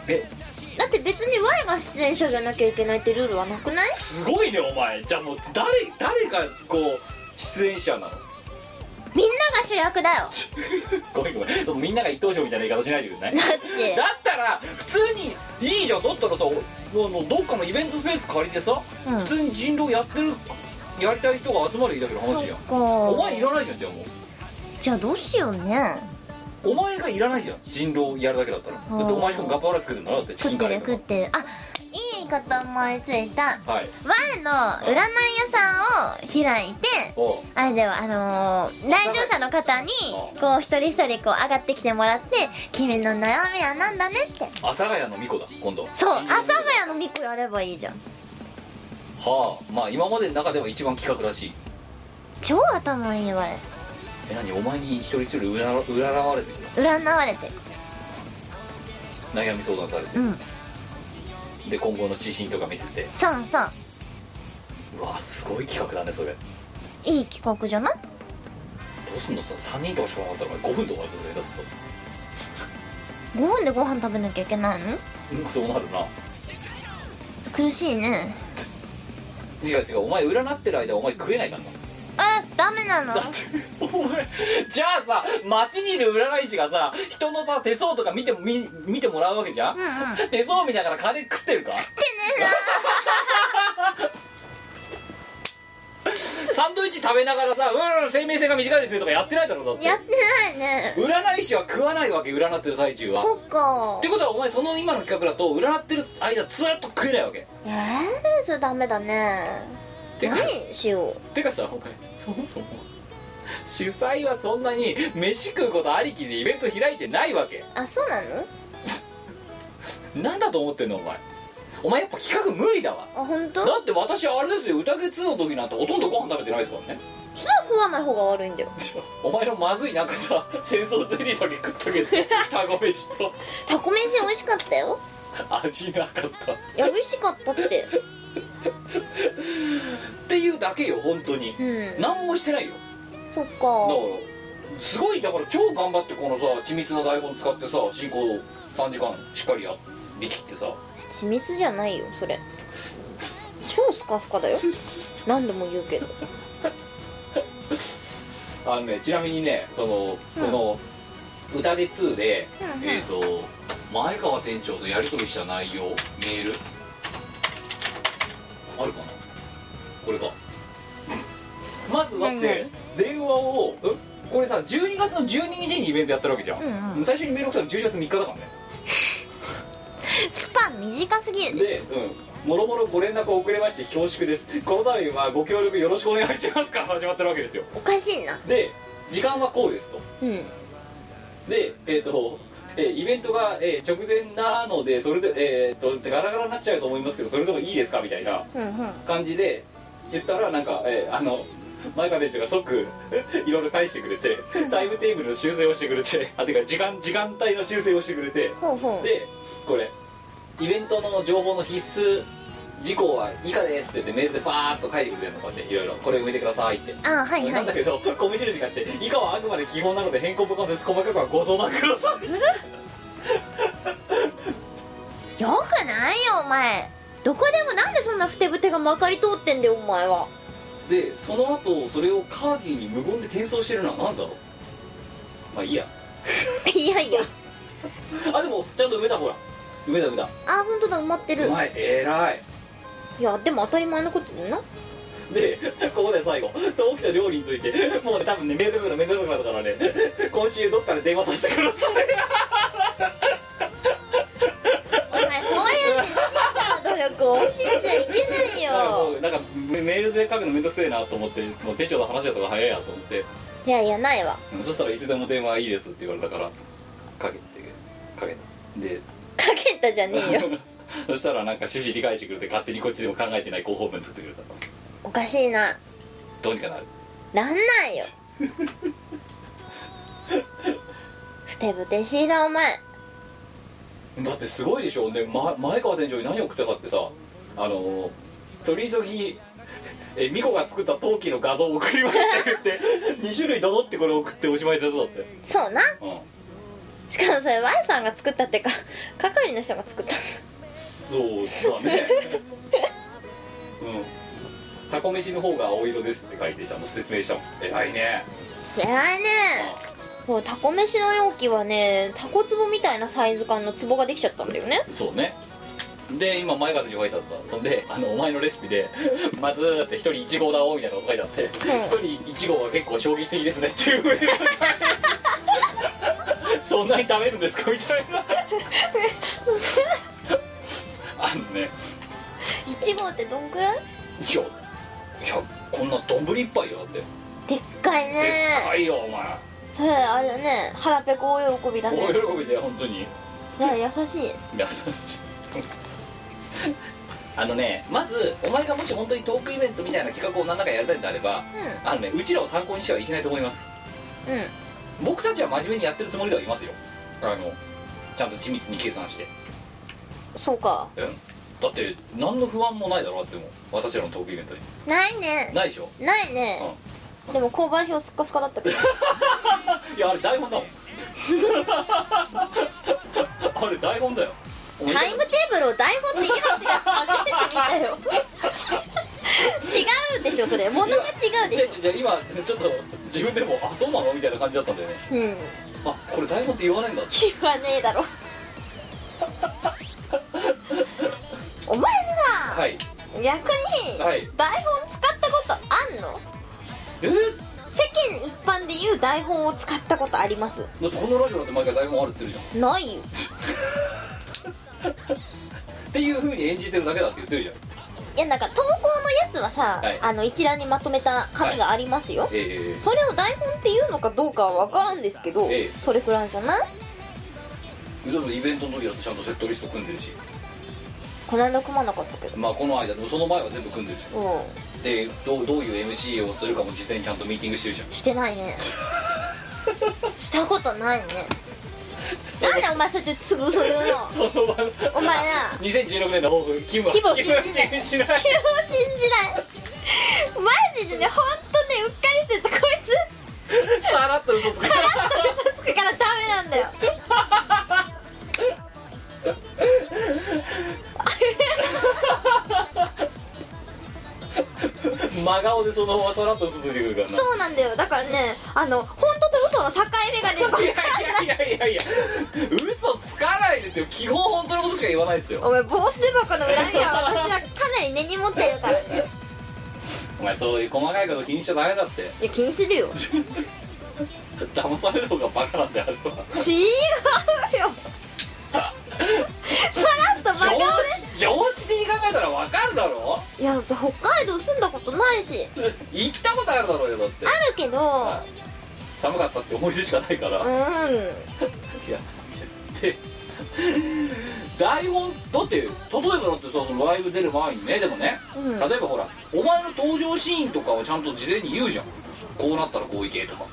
Speaker 3: え
Speaker 4: だって別に我が出演者じゃなきゃいけないってルールはなくない
Speaker 3: すごいねお前じゃあもう誰誰がこう出演者なの
Speaker 4: みんなが主役だよ
Speaker 3: ごめんごめんちょっとみんなが一等賞みたいな言い方しないでください
Speaker 4: だって
Speaker 3: だったら普通にいいじゃんだったらさもうもうどっかのイベントスペース借りてさ、
Speaker 4: うん
Speaker 3: 普通に人狼やってるやりたい人が集まるだけの話じゃんお前いらないじゃんじゃあも
Speaker 4: じゃあどうしようね
Speaker 3: うお前がいらないじゃん人狼やるだけだったらだってお前しかもガパオライス作るんだろだってチキ
Speaker 4: 食っ
Speaker 3: ン
Speaker 4: て
Speaker 3: カレ
Speaker 4: る
Speaker 3: ーとか
Speaker 4: 食ってるあいいこと思いついた
Speaker 3: はい
Speaker 4: 我の占い屋さんを開いて
Speaker 3: おう
Speaker 4: あれではあのー来場者の方に
Speaker 3: うん
Speaker 4: こう一人一人こう上がってきてもらって君の悩みはなんだねって
Speaker 3: 阿佐ヶ谷の巫女だ今度
Speaker 4: そう阿佐ヶ谷の巫女やればいいじゃん
Speaker 3: はあまあ今までの中では一番企画らしい
Speaker 4: 超頭いいわれ
Speaker 3: え何お前に一人一人うららうららわれてる
Speaker 4: 占われてる
Speaker 3: の悩み相談されて
Speaker 4: うん
Speaker 3: で今後の指針とか見せて
Speaker 4: そうそう
Speaker 3: うわすごい企画だねそれど
Speaker 4: いい企画じゃないう
Speaker 3: すんのさ3人とかしか来なかったら5分とかで出すと
Speaker 4: 5分でご飯食べなきゃいけないの
Speaker 3: うんそうなるな
Speaker 4: 苦しいね
Speaker 3: 違う違うお前占ってる間お前食えないからな
Speaker 4: あダメなの
Speaker 3: だってお前じゃあさ街にいる占い師がさ人のさ手相とか見ても見見てもらうわけじゃん、
Speaker 4: うんうん食って
Speaker 3: 手
Speaker 4: ね
Speaker 3: 相見ながら金食ってるか
Speaker 4: えな
Speaker 3: サンドイッチ食べながらさうん生命線が短いですねとかやってないだろだって
Speaker 4: やってないね
Speaker 3: 占い師は食わないわけ占ってる最中は
Speaker 4: そっか
Speaker 3: ってことはお前その今の企画だと占ってる間ずっと食えないわけ
Speaker 4: えー、それダメだね
Speaker 3: てか
Speaker 4: 何しよう
Speaker 3: てかさお前そもそも主催はそんなに飯食うことありきでイベント開いてないわけ
Speaker 4: あそうなの
Speaker 3: なんだと思ってんのお前お前やっぱ企画無理だわ
Speaker 4: あ本当？
Speaker 3: だって私あれですよ宴2の時なんてほとんどご飯食べてないですからね
Speaker 4: それは食わない方が悪いんだよ
Speaker 3: ちょお前のまずいなんかさ戦争ゼリーだけ食ったけど
Speaker 4: <laughs>
Speaker 3: タコ飯と
Speaker 4: タコ飯美味しかったよ
Speaker 3: 味なかったっ
Speaker 4: いや美味しかったって
Speaker 3: ていうだけよ本当に
Speaker 4: うん
Speaker 3: 何もしてないよ
Speaker 4: そっ
Speaker 3: だ
Speaker 4: か
Speaker 3: からすごいだから超頑張ってこのさ緻密な台本使ってさ進行を3時間しっかりやりきってさ
Speaker 4: 緻密じゃないよそれ超スカスカだよ何度も言うけど
Speaker 3: あのねちなみにねその、
Speaker 4: う
Speaker 3: こ
Speaker 4: ん
Speaker 3: の「宴2で」
Speaker 4: うんうん
Speaker 3: えっ、と前川店長とやり取りした内容メールあるかなこれかまずだっ
Speaker 4: 何
Speaker 3: て電話をんこれさ12月の12日にイベントやってるわけじゃん、
Speaker 4: うんうん
Speaker 3: 最初にメール送ったの11月3日だからね
Speaker 4: スパン短すぎるでし
Speaker 3: で、うん、もろもろご連絡遅れまして恐縮ですこの度はご協力よろしくお願いしますから始まってるわけですよ
Speaker 4: ょおかしいな
Speaker 3: で時間はこうですと
Speaker 4: うん
Speaker 3: でえっ、とえーイベントが、えー直前なのでそれで、えー、とガラガラになっちゃうと思いますけどそれでもいいですかみたいな
Speaker 4: うんうん
Speaker 3: 感じで言ったらなんか、えーあの前川店長が即 <laughs> いろいろ返してくれてタイムテーブルの修正をしてくれてあてか時間時間帯の修正をしてくれて
Speaker 4: ほうほう
Speaker 3: でこれイベントの情報の必須事項は以下ですって言ってメールでバーッと書いてくれてるのこうやっていろいろこれ埋めてくださいって、
Speaker 4: あはいは
Speaker 3: ないんだけど米印があって以下はあくまで基本なので変更不可能です細かくはご相談ください
Speaker 4: よくないよお前どこでもなんでそんなふてぶてがまかり通ってんだよお前は
Speaker 3: でその後それをカーギーに無言で転送してるのは何だろうまあいいや
Speaker 4: いやいや
Speaker 3: あでもちゃんと埋めたほら埋めた埋めた
Speaker 4: あ本当だ埋まってる
Speaker 3: お前偉い
Speaker 4: いやでも当たり前のことだよな
Speaker 3: でここで最後同期と料理についてもう、ね、多分ね面倒くさくな面倒くさくなったからね今週どっかで電話させてください
Speaker 4: お前そういうね小さな努力を教えちゃいけない
Speaker 3: なんかも
Speaker 4: よ
Speaker 3: うなんかメメールで書くのめんどくせえなと思ってもう店長の話だとか早いやと思って
Speaker 4: いやいやないわ
Speaker 3: うんそしたらいつでも電話いいですって言われたからかけてかけで
Speaker 4: <laughs> かけたじゃねえよ
Speaker 3: <laughs> そしたらなんか趣旨理解してくれて勝手にこっちでも考えてない広報文作ってくれた
Speaker 4: おかしいな
Speaker 3: どうにかなる
Speaker 4: なんないよふてぶてしいなお前
Speaker 3: だってすごいでしょで、ま、前川店長に何を送ったかってさあの取り急ぎえミコが作った陶器の画像を送りましたって言って2種類どぞってこれ送っておしまいだぞって
Speaker 4: そうな
Speaker 3: うん
Speaker 4: しかもそれ Y さんが作ったってか係の人が作った
Speaker 3: そうだねうんタコ飯の方が青色ですって書いてちゃんと説明したもん偉いね
Speaker 4: 偉いねこうタコ飯の容器はねタコ壺みたいなサイズ感の壺ができちゃったんだよね
Speaker 3: そうねで今前方に書いてあったそんで <laughs> あのお前のレシピで <laughs> 「まずーって一人一号だお」みたいなこと書いてあって一、人一号は結構衝撃的ですねっていう <laughs> そんなに食べるんですかみたいな <laughs> あのね
Speaker 4: 1号ってどんくら
Speaker 3: い
Speaker 4: い
Speaker 3: やいやこんな丼一杯よだって
Speaker 4: でっかい
Speaker 3: で
Speaker 4: ね
Speaker 3: っかいよお前
Speaker 4: それあれだね腹ペコ大喜びだね
Speaker 3: 大喜びで本当に
Speaker 4: だから優しい
Speaker 3: 優しいあのねまずお前がもし本当にトークイベントみたいな企画を何らかやりたいんであれば
Speaker 4: う
Speaker 3: あのねうちらを参考にしてはいけないと思います
Speaker 4: んうん
Speaker 3: 僕たちは真面目にやってるつもりではいますよあのちゃんと緻密に計算して
Speaker 4: そうか
Speaker 3: うんだって何の不安もないだろうってもう私らのトークイベントに
Speaker 4: ないね
Speaker 3: ないでしょ
Speaker 4: ないねでも購買表すっかすかだったけど
Speaker 3: いやあれ台本だもんあれ台本だよお前
Speaker 4: <laughs> タイムテーブルを台本って言わってやつ初めて見たよ違うでしょそれ物が違うで
Speaker 3: じ
Speaker 4: し
Speaker 3: ゃじゃ今ちょっと自分でもあそうなのみたいな感じだったんだよね
Speaker 4: ょうん
Speaker 3: あこれ台本って言わないんだって
Speaker 4: 言わねえだろお前さ
Speaker 3: はい
Speaker 4: 逆に
Speaker 3: はい
Speaker 4: 台本使ったことあんの
Speaker 3: えー
Speaker 4: 世間一般で言う台本を使ったことあります
Speaker 3: だってこのラジオだって毎回台本あるって言ってるじゃん
Speaker 4: ないよ
Speaker 3: っていうふうに演じてるだけだって言ってるじゃん
Speaker 4: いやなんか投稿のやつはさ、
Speaker 3: はい
Speaker 4: あの一覧にまとめた紙がありますよ、
Speaker 3: え
Speaker 4: それを台本っていうのかどうかは分からんですけど、
Speaker 3: ええ
Speaker 4: それくらいじゃない
Speaker 3: えでもイベントの時だとちゃんとセットリスト組んでるし
Speaker 4: この間組まなかったけど
Speaker 3: まあこの間でもその前は全部組んでるじゃん
Speaker 4: うん
Speaker 3: でどうどういう MC をするかも事前にちゃんとミーティングしてるじゃん
Speaker 4: してない <laughs> ねしたことないねなんでお前そうやってすぐ嘘言う
Speaker 3: <laughs>
Speaker 4: の
Speaker 3: その場の
Speaker 4: お前な
Speaker 3: 2016年の抱負キムは
Speaker 4: キムを信じない
Speaker 3: キムは信じ
Speaker 4: <laughs>
Speaker 3: ない
Speaker 4: 信じないマジでね本当ねうっかりしてるとこいつ
Speaker 3: さらっと嘘つく
Speaker 4: カラッと嘘つくからダメなんだよ
Speaker 3: 真顔でそのままさらっと嘘ついてくるからな
Speaker 4: そうなんだよだからねあの本当と嘘の境目がねバカ
Speaker 3: いやいやいやいやいや嘘つかないですよ基本本当のことしか言わないですよ
Speaker 4: お前ボースデバコの恨みは私はかなり根に持ってるからね
Speaker 3: お前そういう細かいこと気にしちゃダメだって
Speaker 4: いや気にするよ
Speaker 3: 騙される方がバカなんだよあれは <laughs>
Speaker 4: 違うよさらっと真顔で
Speaker 3: 常識常識に考えたらわかるだろ
Speaker 4: いやだって北海道住んだことないし
Speaker 3: 行ったことあるだろうよだって
Speaker 4: あるけど
Speaker 3: 寒かったって思い出しかないから、
Speaker 4: う
Speaker 3: い
Speaker 4: ん
Speaker 3: やで台本だって例えばだってさそのライブ出る前にねでもね、
Speaker 4: うん
Speaker 3: 例えばほらお前の登場シーンとかはちゃんと事前に言うじゃんこうなったらこういけとか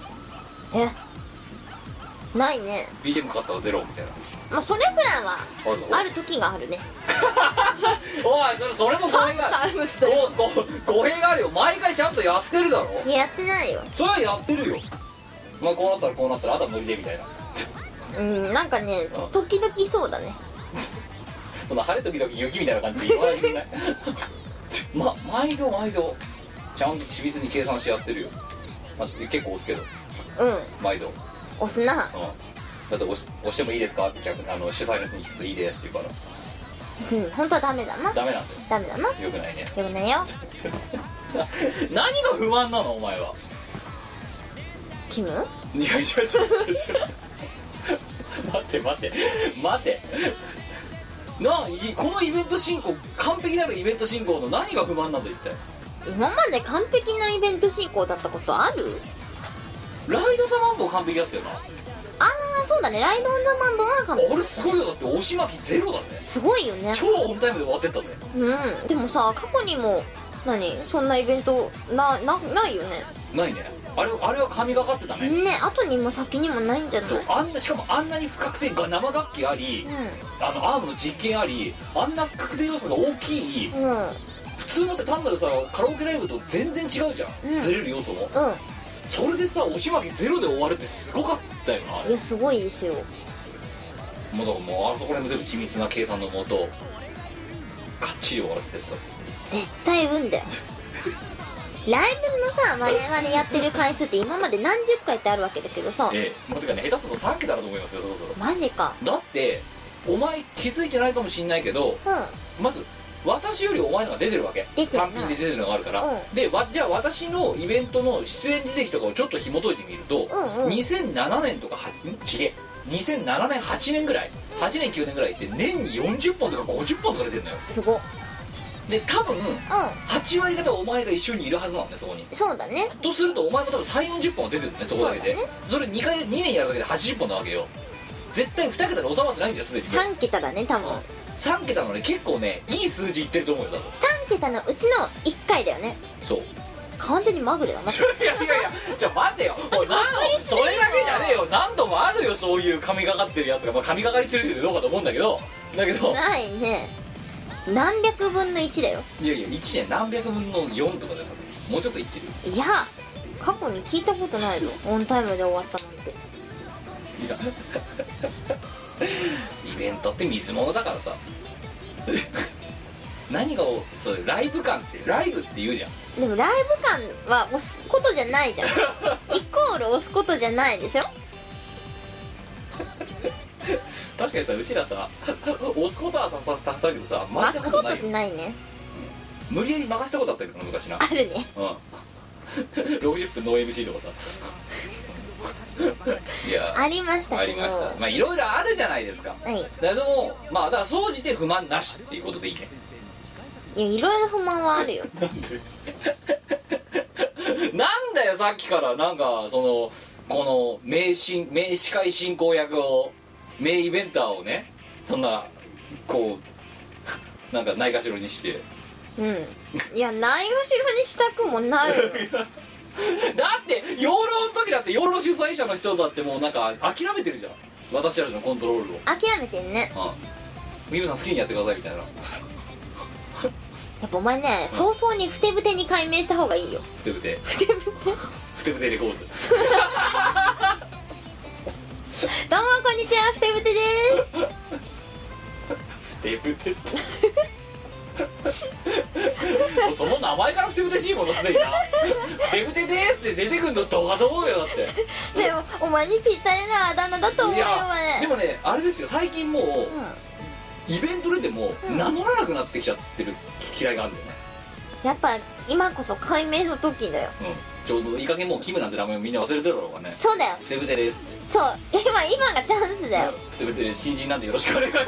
Speaker 4: えないね
Speaker 3: BGM かかったら出ろみたいな
Speaker 4: まあそれくらいは
Speaker 3: あるだろ
Speaker 4: <laughs> ある時があるね
Speaker 3: おいそれそれも語弊があ
Speaker 4: サ
Speaker 3: る
Speaker 4: ンタムスだよ
Speaker 3: ごご語弊があるよ毎回ちゃんとやってるだろ
Speaker 4: いややってないよ
Speaker 3: それはやってるよまあこうなったらこうなったらあとは無理でみたいな
Speaker 4: うんなんかね
Speaker 3: うん
Speaker 4: 時々そうだね
Speaker 3: その晴れ時々雪みたいな感じで言わないでくれない
Speaker 4: <laughs>
Speaker 3: ま毎度毎度ちゃんと緻密に計算してやってるよ、まあ、結構押すけど
Speaker 4: うん
Speaker 3: 毎度、うん、
Speaker 4: 押すな
Speaker 3: だって押し押してもいいですかって客あの主催の人に聞くといいですって言うから
Speaker 4: うん本当はダメだな
Speaker 3: ダメなんだよ
Speaker 4: ダメだな
Speaker 3: よくないね <laughs>
Speaker 4: よくないよ
Speaker 3: 何が不安なのお前は
Speaker 4: キム
Speaker 3: いやいやちょちょちょ待って待って待てなあいこのイベント進行完璧なるイベント進行の何が不満なんだ一体
Speaker 4: 今まで完璧なイベント進行だったことある
Speaker 3: ライド・ザ・マンボウ完璧だったよな
Speaker 4: ああそうだねライドオンザマンボはかも
Speaker 3: あれすごいよだって押し巻きゼロだぜ
Speaker 4: すごいよね
Speaker 3: 超オンタイムで終わってったぜ
Speaker 4: うんでもさ過去にも何そんなイベントななないよね
Speaker 3: ないねあれあれは神がかってたね、
Speaker 4: ね後にも先にもないんじゃない
Speaker 3: そうあんなしかもあんなに不確定が生楽器あり、
Speaker 4: う
Speaker 3: あのアームの実験ありあんな不確定要素が大きい
Speaker 4: んうん
Speaker 3: 普通だって単なるさカラオケライブと全然違うじゃん、
Speaker 4: うん
Speaker 3: ずれる要素も
Speaker 4: う
Speaker 3: それでさ押し負けゼロで終わるってすごかったよなあ
Speaker 4: んい
Speaker 3: れ
Speaker 4: やすごいですよ
Speaker 3: もうだからもうあそこら辺も全部緻密な計算のもとかっちり終わらせてった
Speaker 4: 絶対運だよライブのさ我々やってる回数って今まで何十回ってあるわけだけどさ
Speaker 3: ええもうてかね下手すると3桁だと思いますよそろそろ
Speaker 4: マジか
Speaker 3: だってお前気づいてないかもしんないけど
Speaker 4: うん
Speaker 3: まず私よりお前のが出てるわけ
Speaker 4: 出てるな
Speaker 3: 単品で出てるのがあるから、
Speaker 4: うん
Speaker 3: でわじゃあ私のイベントの出演履歴とかをちょっと紐解いてみると、
Speaker 4: うんうん
Speaker 3: 2007年とかちげえ2007年8年ぐらい8年9年ぐらいって年に40本とか50本とか出てるのよ
Speaker 4: すごうん
Speaker 3: で多分8割方お前が一緒にいるはずなんだよそこに
Speaker 4: そうだね
Speaker 3: とするとお前も多分3 4 0本は出てるのねそこだけで
Speaker 4: そうだ
Speaker 3: それ2回2年やるだけで80本なわけよ絶対2桁に収まってないんだよすでに
Speaker 4: 3桁だね多分
Speaker 3: 3桁のね結構ねいい数字いってると思うよ多分
Speaker 4: 3桁のうちの1回だよね
Speaker 3: そう
Speaker 4: 完全にまぐれだない
Speaker 3: やいやいやじゃあ待てよもう何度それだけじゃねえよ何度もあるよそういう神がかってるやつがまあ神がかりする人でどうかと思うんだけどだけど
Speaker 4: ないね何百分の1だよ
Speaker 3: いやいや1年何百分の4とかだよ多分もうちょっといってるよ
Speaker 4: いや過去に聞いたことない <laughs> ぞオンタイムで終わったなんて
Speaker 3: いやイベントって水物だからさ何がおそういうライブ感ってライブって言うじゃん
Speaker 4: でもライブ感は押すことじゃない <laughs> じゃんイコール押すことじゃないでしょ
Speaker 3: 確かにさうちらさ押すことはたさたさるけどさ巻
Speaker 4: 巻
Speaker 3: いた
Speaker 4: く
Speaker 3: こ
Speaker 4: ことと
Speaker 3: な
Speaker 4: っ
Speaker 3: いよ
Speaker 4: てないね
Speaker 3: 無理やり任せたことあったけどな昔な
Speaker 4: あるね
Speaker 3: うん60分ノー MC とかさいや
Speaker 4: ありました
Speaker 3: あ
Speaker 4: け
Speaker 3: り
Speaker 4: ど
Speaker 3: ましたまあいろいろあるじゃないですか
Speaker 4: はい
Speaker 3: でもまあだから総じて不満なしっていうことでいいね <laughs>
Speaker 4: いやいろいろ不満はあるよ
Speaker 3: なんだよさっきからなんかそのこの名神名司会進行役を名イベンターをねそんなこうなんかないがしろにして <laughs>
Speaker 4: うんいやないがしろにしたくもないよ
Speaker 3: だって養老の時だって養老主催者の人だってもうなんか諦めてるじゃん私たちのコントロールを
Speaker 4: 諦めてんね
Speaker 3: あ杉村さん好きにやってくださいみたいな
Speaker 4: やっぱお前ね早々にふてぶてに解明した方がいいよ
Speaker 3: ふてぶて
Speaker 4: ふてぶて
Speaker 3: ふてぶてレコーズ
Speaker 4: どうもこんにちはふてぶてで
Speaker 3: ふてぶ
Speaker 4: <laughs>
Speaker 3: てってもうその名前からふてぶてしいものすでになふてぶてでーすって出てくんのどうかと思うよだって
Speaker 4: すでもお前にぴったりなあだ名だと思う
Speaker 3: い
Speaker 4: よお
Speaker 3: や
Speaker 4: 前
Speaker 3: でもねあれですよ最近もう
Speaker 4: う
Speaker 3: イベントででも
Speaker 4: うん
Speaker 3: 名乗らなくなってきちゃってる嫌いがあるんだよね
Speaker 4: んやっぱ今こそ解明の時だよ
Speaker 3: うんちょうどいい加減もうキムなんて名前みんな忘れてるだろうからね
Speaker 4: そうだよ
Speaker 3: ふてぶてです
Speaker 4: そう今今がチャンスだよ
Speaker 3: ふてぶてです新人なんでよろしくお願いしま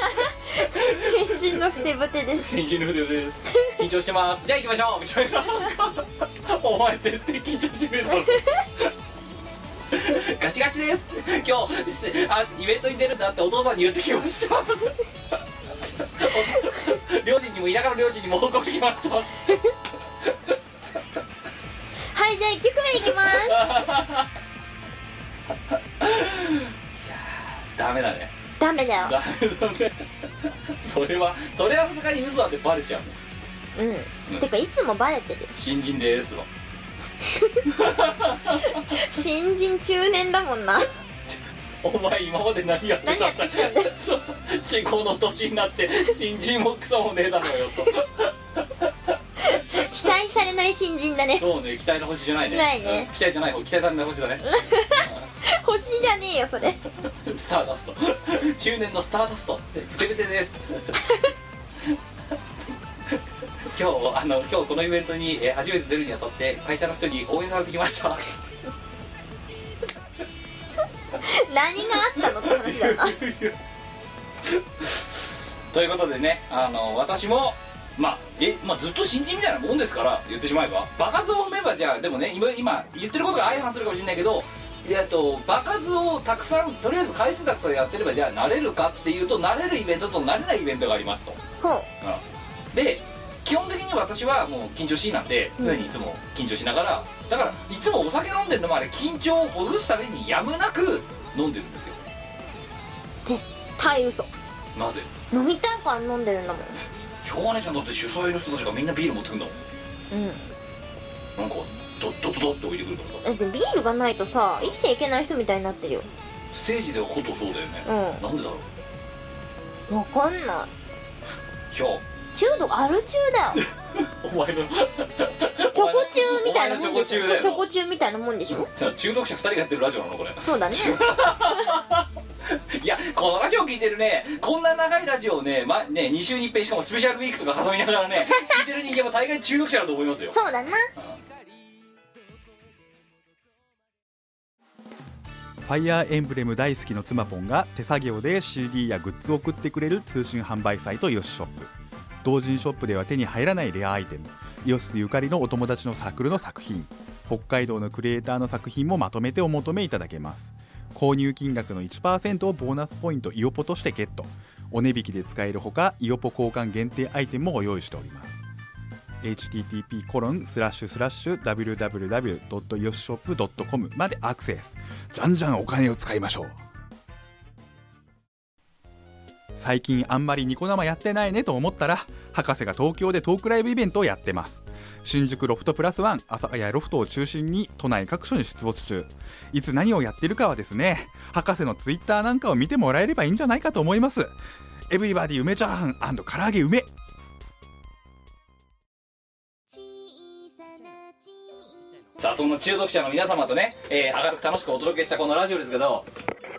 Speaker 3: す
Speaker 4: 新人のふてぶてです
Speaker 3: 新人の筆です緊張してますじゃあ行きましょうみたいなお前絶対緊張してるだろガチガチです今日すあイベントに出るんだってお父さんに言ってきましたお両親にも田舎の両親にも報告してきました
Speaker 4: はいじゃあ1曲目いきます
Speaker 3: ダメだね
Speaker 4: ダメだよ
Speaker 3: ダメだねそれはそれはさすがに嘘だってバレちゃうね
Speaker 4: う
Speaker 3: うんん
Speaker 4: てかいつもバレてる <laughs> よ
Speaker 3: 新人ですわ
Speaker 4: 新人中年だもんな
Speaker 3: お前今まで何やってたん
Speaker 4: 何
Speaker 3: だ
Speaker 4: やってきたんだよ
Speaker 3: そう地高の年になって新人もクソもねえだろうよ
Speaker 4: 期待されない新人だ
Speaker 3: と
Speaker 4: ね
Speaker 3: そうね期待の星じゃないね
Speaker 4: ないね
Speaker 3: うん期待じゃない方期待されない星だね
Speaker 4: <laughs> 星じゃねえよそれ <laughs>
Speaker 3: スターダスト中年のスターダストふてぶてです今日あの今日このイベントにえー初めて出るにあたって会社の人に応援されてきました
Speaker 4: 何があったのって話だよな
Speaker 3: ということでねあの私もまあえまあ、ずっと新人みたいなもんですから言ってしまえば場数を踏めばじゃあでもね今今言ってることが相反するかもしれないけどえっと場数をたくさんとりあえず回数たくさんやってればじゃあ慣れるかっていうと慣れるイベントと慣れないイベントがありますと、
Speaker 4: ほ
Speaker 3: うんで基本的に私はもう緊張しいなんで常にいつも緊張しながらだからいつもお酒飲んでるのもあれ緊張をほぐすためにやむなく飲んでるんですよ
Speaker 4: 対嘘
Speaker 3: なぜ
Speaker 4: 飲みたいから飲んでるんだもん
Speaker 3: しょうがねえじゃんだって主催の人たちがみんなビール持ってくんだもん
Speaker 4: うん
Speaker 3: なんかドッドッドッって置いてくるからさ
Speaker 4: だってビールがないとさ生きちゃいけない人みたいになってるよ
Speaker 3: ステージではことそうだよね、
Speaker 4: うん
Speaker 3: なんでだろう
Speaker 4: わかんない
Speaker 3: ひょ
Speaker 4: 中毒アル中だ <laughs> よ
Speaker 3: お前の
Speaker 4: <laughs> チョコ中みたいなもんでし
Speaker 3: お
Speaker 4: ょ
Speaker 3: 前のチョコ中だよ
Speaker 4: チョコ中みたいなもんでしょ
Speaker 3: じゃあ中毒者2人がやってるラジオなのこれ <laughs>
Speaker 4: そう <laughs> だね
Speaker 3: いやこのラジオ聞いてるねこんな長いラジオをね,、ま、ね2週に1遍しかもスペシャルウィークとか挟みながら
Speaker 4: <laughs>
Speaker 3: ね聞いてる人間も大概中毒者だと思いますよ
Speaker 4: そうだな
Speaker 5: ファイアーエンブレム大好きの妻ポンが手作業で CD やグッズを送ってくれる通信販売サイトヨシショップ同人ショップでは手に入らないレアアイテムヨシスゆかりのお友達のサークルの作品北海道のクリエイターの作品もまとめてお求めいただけます購入金額の1%をボーナスポイントイオポとしてゲットお値引きで使えるほかイオポ交換限定アイテムもご用意しております http コロンスラッシュスラッシュ www.yoshop.com までアクセスじゃんじゃんお金を使いましょう最近あんまりニコ生やってないねと思ったら博士が東京でトークライブイベントをやってます新宿ロフトプラスワン朝早ロフトを中心に都内各所に出没中いつ何をやってるかはですね博士のツイッターなんかを見てもらえればいいんじゃないかと思いますエブリバディ梅チャーハン唐揚げ梅
Speaker 3: さあそんな中毒者の皆様とね、えー明るく楽しくお届けしたこのラジオですけど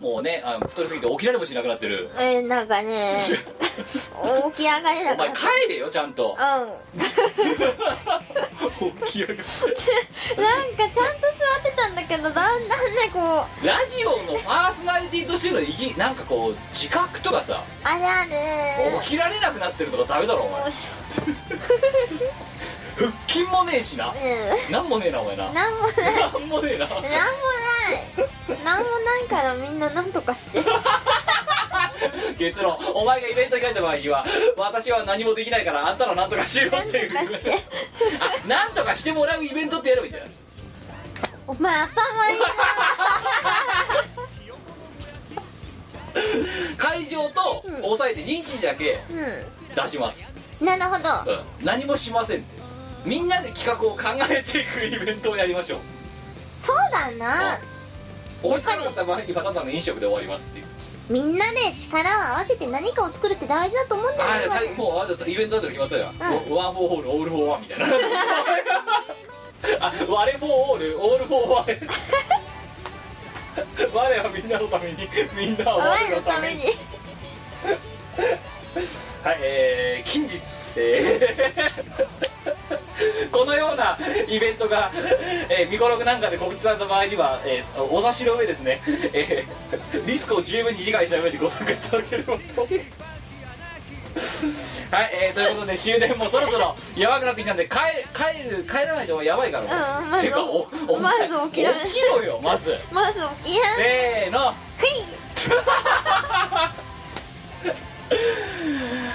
Speaker 3: もうねあの太りすぎて起きられもしなくなってる
Speaker 4: えー、なんか
Speaker 3: <laughs>
Speaker 4: ね起き上がり
Speaker 3: お
Speaker 4: だか
Speaker 3: 前
Speaker 4: ら
Speaker 3: 帰れよちゃんと
Speaker 4: うん、
Speaker 3: 起き上がる
Speaker 4: なんかちゃんと座ってたんだけどだんだんねこう
Speaker 3: ラジオのパーソナリティとしての意義なんかこう自覚とかさ
Speaker 4: あるある
Speaker 3: 起きられなくなってるとかダメだろお前
Speaker 4: よいし
Speaker 3: 腹筋もねえしな
Speaker 4: ょう
Speaker 3: なんもねえなお前なん
Speaker 4: なんもない
Speaker 3: なんもねえな
Speaker 4: なんもないなんもないからみんななんとかして
Speaker 3: 結論お前がイベントに帰った場合は私は何もできないからあんたらなんとかしろ
Speaker 4: なん
Speaker 3: っ
Speaker 4: と
Speaker 3: て
Speaker 4: か
Speaker 3: いう
Speaker 4: して
Speaker 3: あなんとかしてもらうイベントってやればいいんじゃない
Speaker 4: お前頭いい
Speaker 3: 会場と
Speaker 4: うん
Speaker 3: 押さえて2時だけ出します、
Speaker 4: なうんなるほど
Speaker 3: うん、何もしませんみんなで企画を考えていくイベントをやりましょう
Speaker 4: そうだな
Speaker 3: 追いつかなかった場合にただの飲食で終わりますっていう
Speaker 4: みんなで力を合わせて何かを作るって大事だと思うん
Speaker 3: ああ
Speaker 4: だよ
Speaker 3: じゃ
Speaker 4: ね
Speaker 3: あ大もうあじゃあイベントだったら決まったよ、
Speaker 4: う
Speaker 3: ワン・フォー・ホールオール・フォー・ワンみたいなあ我フォー・オールオール・フォー・ワン我はみんなのためにみんなは
Speaker 4: お
Speaker 3: 我
Speaker 4: 前
Speaker 3: の
Speaker 4: の
Speaker 3: た
Speaker 4: た
Speaker 3: め
Speaker 4: め
Speaker 3: に
Speaker 4: に
Speaker 3: はいえー、近日、えー <laughs> このようなイベントが、えー、ミコログなんかで告知された場合には、えー、お察しの上ですね、えーリスクを十分に理解した上にご参加いただければとはい、えー、ということで終電もそろそろやばくなってきたんで帰帰る帰らないとやばいから、
Speaker 4: うんまず
Speaker 3: ていうかおお前
Speaker 4: まず起きられない
Speaker 3: 起きろよまず
Speaker 4: まず起きやん
Speaker 3: せーの
Speaker 4: ふい
Speaker 3: <laughs>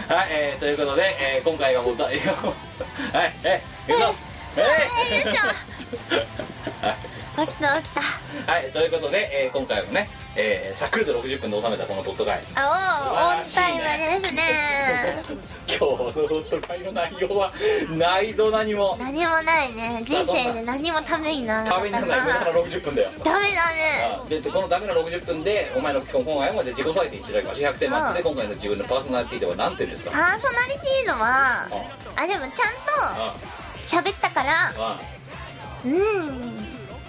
Speaker 3: はい、えー、ということで、えー、今回がもうだはい <laughs> えー、行くぞえ
Speaker 4: よいしょ起きた起きた
Speaker 3: ーはいということで、えー、今回もね、えー、さっくりと60分で収めたこのトット会
Speaker 4: あおーオンタイムですね
Speaker 3: 今日のトット会の内容はないぞ何も
Speaker 4: 何もないね人生で何もためにならな
Speaker 3: た
Speaker 4: かっ
Speaker 3: めに
Speaker 4: た
Speaker 3: な
Speaker 4: な
Speaker 3: らない無駄な60分だよ
Speaker 4: ダメだね
Speaker 3: あででこのダメな60分でお前の今回もじゃあ自己採点いただきましょう100点満点で
Speaker 4: うん
Speaker 3: 今回の自分のパーソナリティでは何点ですか
Speaker 4: パーソナリティーのはあでもちゃん
Speaker 3: あ
Speaker 4: と喋ったから
Speaker 3: あ
Speaker 4: うん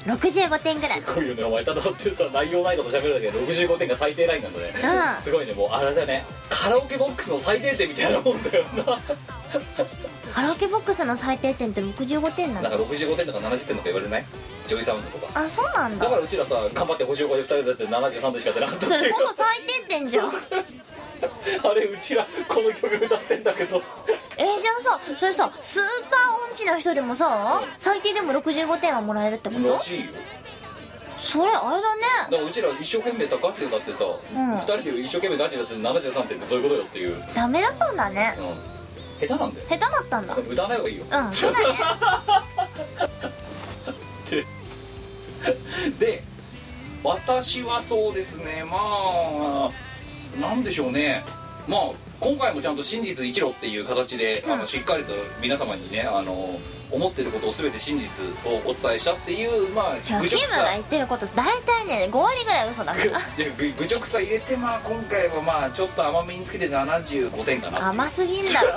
Speaker 4: 65点ぐらい
Speaker 3: すごいよねお前ただってさ内容ないこと喋るだけで65点が最低ラインなんだね
Speaker 4: うん
Speaker 3: すごいねもうあれだねカラオケボックスの最低点みたいなもんだよ
Speaker 4: カラオケボックスの最低点って65点な
Speaker 3: な
Speaker 4: の
Speaker 3: なんか65点とか70点とか言われないジョイサウンドとか
Speaker 4: あそうなん
Speaker 3: だ
Speaker 4: だ
Speaker 3: からうちらさ頑張って55で2人だって73でしか出なかったっ
Speaker 4: そ
Speaker 3: てい
Speaker 4: れ
Speaker 3: う
Speaker 4: ほぼ最低点じゃんえ
Speaker 3: <laughs> あれうちらこの曲歌ってんだけど
Speaker 4: じゃあさそれさスーパー音痴な人でもさ最低でも65点はもらえるってこと
Speaker 3: らしいよ
Speaker 4: それあれだね
Speaker 3: だからうちら一生懸命さガチで歌ってさ、
Speaker 4: ん
Speaker 3: 2人で一生懸命ガチで歌って73点ってどういうことよっていう、うん、
Speaker 4: ダメだったんだね
Speaker 3: 下手なんだよ
Speaker 4: 下手だったんだうん
Speaker 3: 歌わない方がいいよ
Speaker 4: そうだね
Speaker 3: で私はそうですねまあなんでしょうねまあ今回もちゃんと真実生きろっていう形で、あ
Speaker 4: う
Speaker 3: の
Speaker 4: ん
Speaker 3: しっかりと皆様にねあの思ってることを全て真実をお伝えしたっていうまあ
Speaker 4: 違
Speaker 3: 愚
Speaker 4: うキ
Speaker 3: 直
Speaker 4: ム
Speaker 3: さ
Speaker 4: が言ってること大体ね5割ぐらい嘘だか
Speaker 3: ぐ
Speaker 4: ら
Speaker 3: ぐ <laughs> 愚直さ入れてまあ今回はまあちょっと甘めにつけて75点かな <laughs>
Speaker 4: 甘すぎんだろ
Speaker 3: い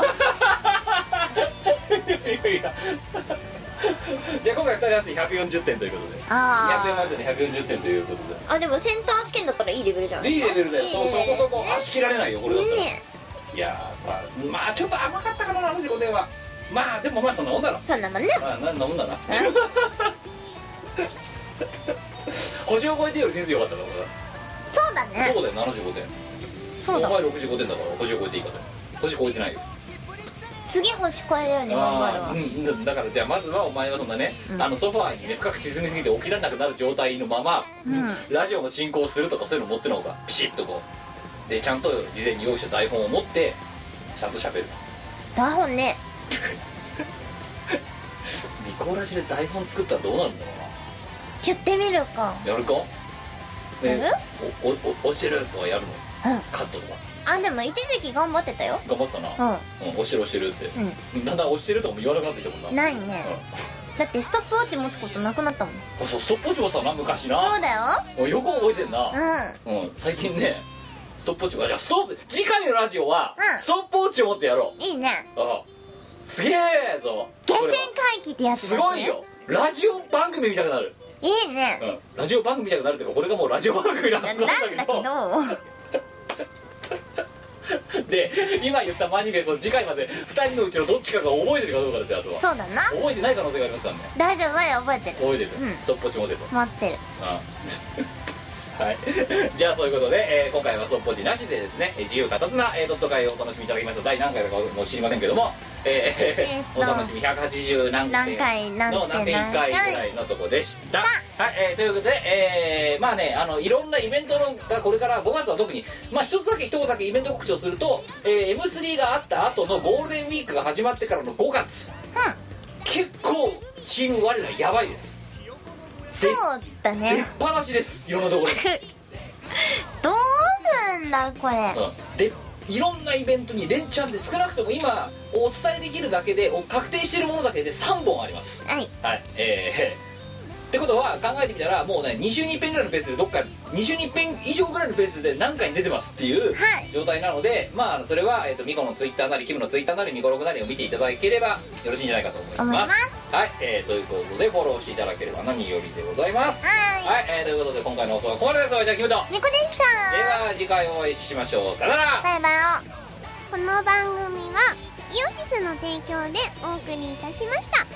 Speaker 3: やいやじゃあ今回2人合わせて140点ということで200点
Speaker 4: あ
Speaker 3: 満点で140点ということで
Speaker 4: ーあでもセンター試験だったらいいレベルじゃない
Speaker 3: いいレベルだよそそこそこ足切られないよこれだったら、
Speaker 4: ね
Speaker 3: いやーまあ、まあ、ちょっと甘かったかな75点はまあでもまあそんなもんだろ
Speaker 4: そんなもんね
Speaker 3: まあななもんだな <laughs> 星を超えてより点数良かったから
Speaker 4: そうだ
Speaker 3: 俺
Speaker 4: ね
Speaker 3: そうだよ75点
Speaker 4: そうだ
Speaker 3: お前65点だから星を超えていいかと星超えてないよ
Speaker 4: 次星越えるように頑張る
Speaker 3: あ
Speaker 4: わ
Speaker 3: ーうん、だからじゃあまずはお前はそんなね、
Speaker 4: うん
Speaker 3: あのソファーにね深く沈みすぎて起きられなくなる状態のまま、
Speaker 4: う
Speaker 3: ラジオの進行するとかそういうの持ってのほうがピシッとこうでちゃんと事前に用意した台本を持ってちゃんと喋る
Speaker 4: だほんね
Speaker 3: ミコラジで台本作ったらどうなるんだろ
Speaker 4: 言ってみるか
Speaker 3: うなやるか
Speaker 4: やる
Speaker 3: おおお教えるとかやるの、
Speaker 4: うん
Speaker 3: カットとか
Speaker 4: あでも一時期頑張ってたよ
Speaker 3: 頑張ってたな、
Speaker 4: う
Speaker 3: うん、押してる押してるって、
Speaker 4: ん
Speaker 3: だんだん押してるとかも言わなくなってきたもんな
Speaker 4: うんないねだってストップウォッチ持つことなくなったもん
Speaker 3: うんあそうストップウォッチもさな昔な
Speaker 4: そうだよ
Speaker 3: およく覚えてんな、
Speaker 4: うん
Speaker 3: うん、最近ねストップウォッチがいやストップ次回のラジオは、
Speaker 4: うん
Speaker 3: ストップウォッチを持ってやろ
Speaker 4: いいね
Speaker 3: うああすげえぞ
Speaker 4: 原
Speaker 3: これ
Speaker 4: 点
Speaker 3: は
Speaker 4: 回帰ってやつ
Speaker 3: す
Speaker 4: だね
Speaker 3: ごいよラジオ番組みたくなる、
Speaker 4: いいね
Speaker 3: うん、ラジオ番組みたくなるっていうかこれがもうラジオ番組なん
Speaker 4: な
Speaker 3: だけど
Speaker 4: なんだけど
Speaker 3: で今言ったマニフェスト次回まで2人のうちのどっちかが覚えてるかどうかですよあとは
Speaker 4: そうだな
Speaker 3: 覚えてない可能性がありますからね
Speaker 4: 大丈夫だよ覚えてる
Speaker 3: 覚えてる、
Speaker 4: うん
Speaker 3: ストップウォッチ持てと
Speaker 4: 待ってる
Speaker 3: あ <laughs> はい、じゃあそういうことで、えー今回はストップウォッチなしでですねえー自由かたつな、えードット会をお楽しみいただきました第何回だかも知りませんけども、えー
Speaker 4: えーっと
Speaker 3: お
Speaker 4: <laughs>
Speaker 3: 楽しみ180何
Speaker 4: 何回なんて
Speaker 3: の何点回ぐらいのとこでした、はいえーということで、えーまあねあのいろんなイベントのがこれから5月は特にまあ一つだけ一言だけイベント告知をすると、えー M3 があった後のゴールデンウィークが始まってからの5月、結構チーム我らやばいです
Speaker 4: そう
Speaker 3: 出
Speaker 4: だ
Speaker 3: っ
Speaker 4: ね
Speaker 3: 放しですいろんなところに、
Speaker 4: どうすんだこれ
Speaker 3: <laughs> うん、でいろんなイベントに連チャンで少なくとも今お伝えできるだけでお確定してるものだけで3本あります
Speaker 4: はい
Speaker 3: はいえー <laughs> ってことは考えてみたらもうね2週に1遍ぐらいのペースでどっか2週に1遍以上ぐらいのペースで何回に出てますっていう
Speaker 4: はい
Speaker 3: 状態なので、まああのそれは、えー、とミコのツイッターなりキムのツイッターなりミコログなりを見ていただければよろしいんじゃないかと思います
Speaker 4: 思います
Speaker 3: はい、えーということでフォローしていただければ何よりでございます
Speaker 4: はい
Speaker 3: はい、えーということで今回の放送はここまでですお会いいたいキムと
Speaker 1: 猫でした
Speaker 3: では次回お会いしましょうさよなら
Speaker 1: バイバイこの番組はイオシスの提供でお送りいたしました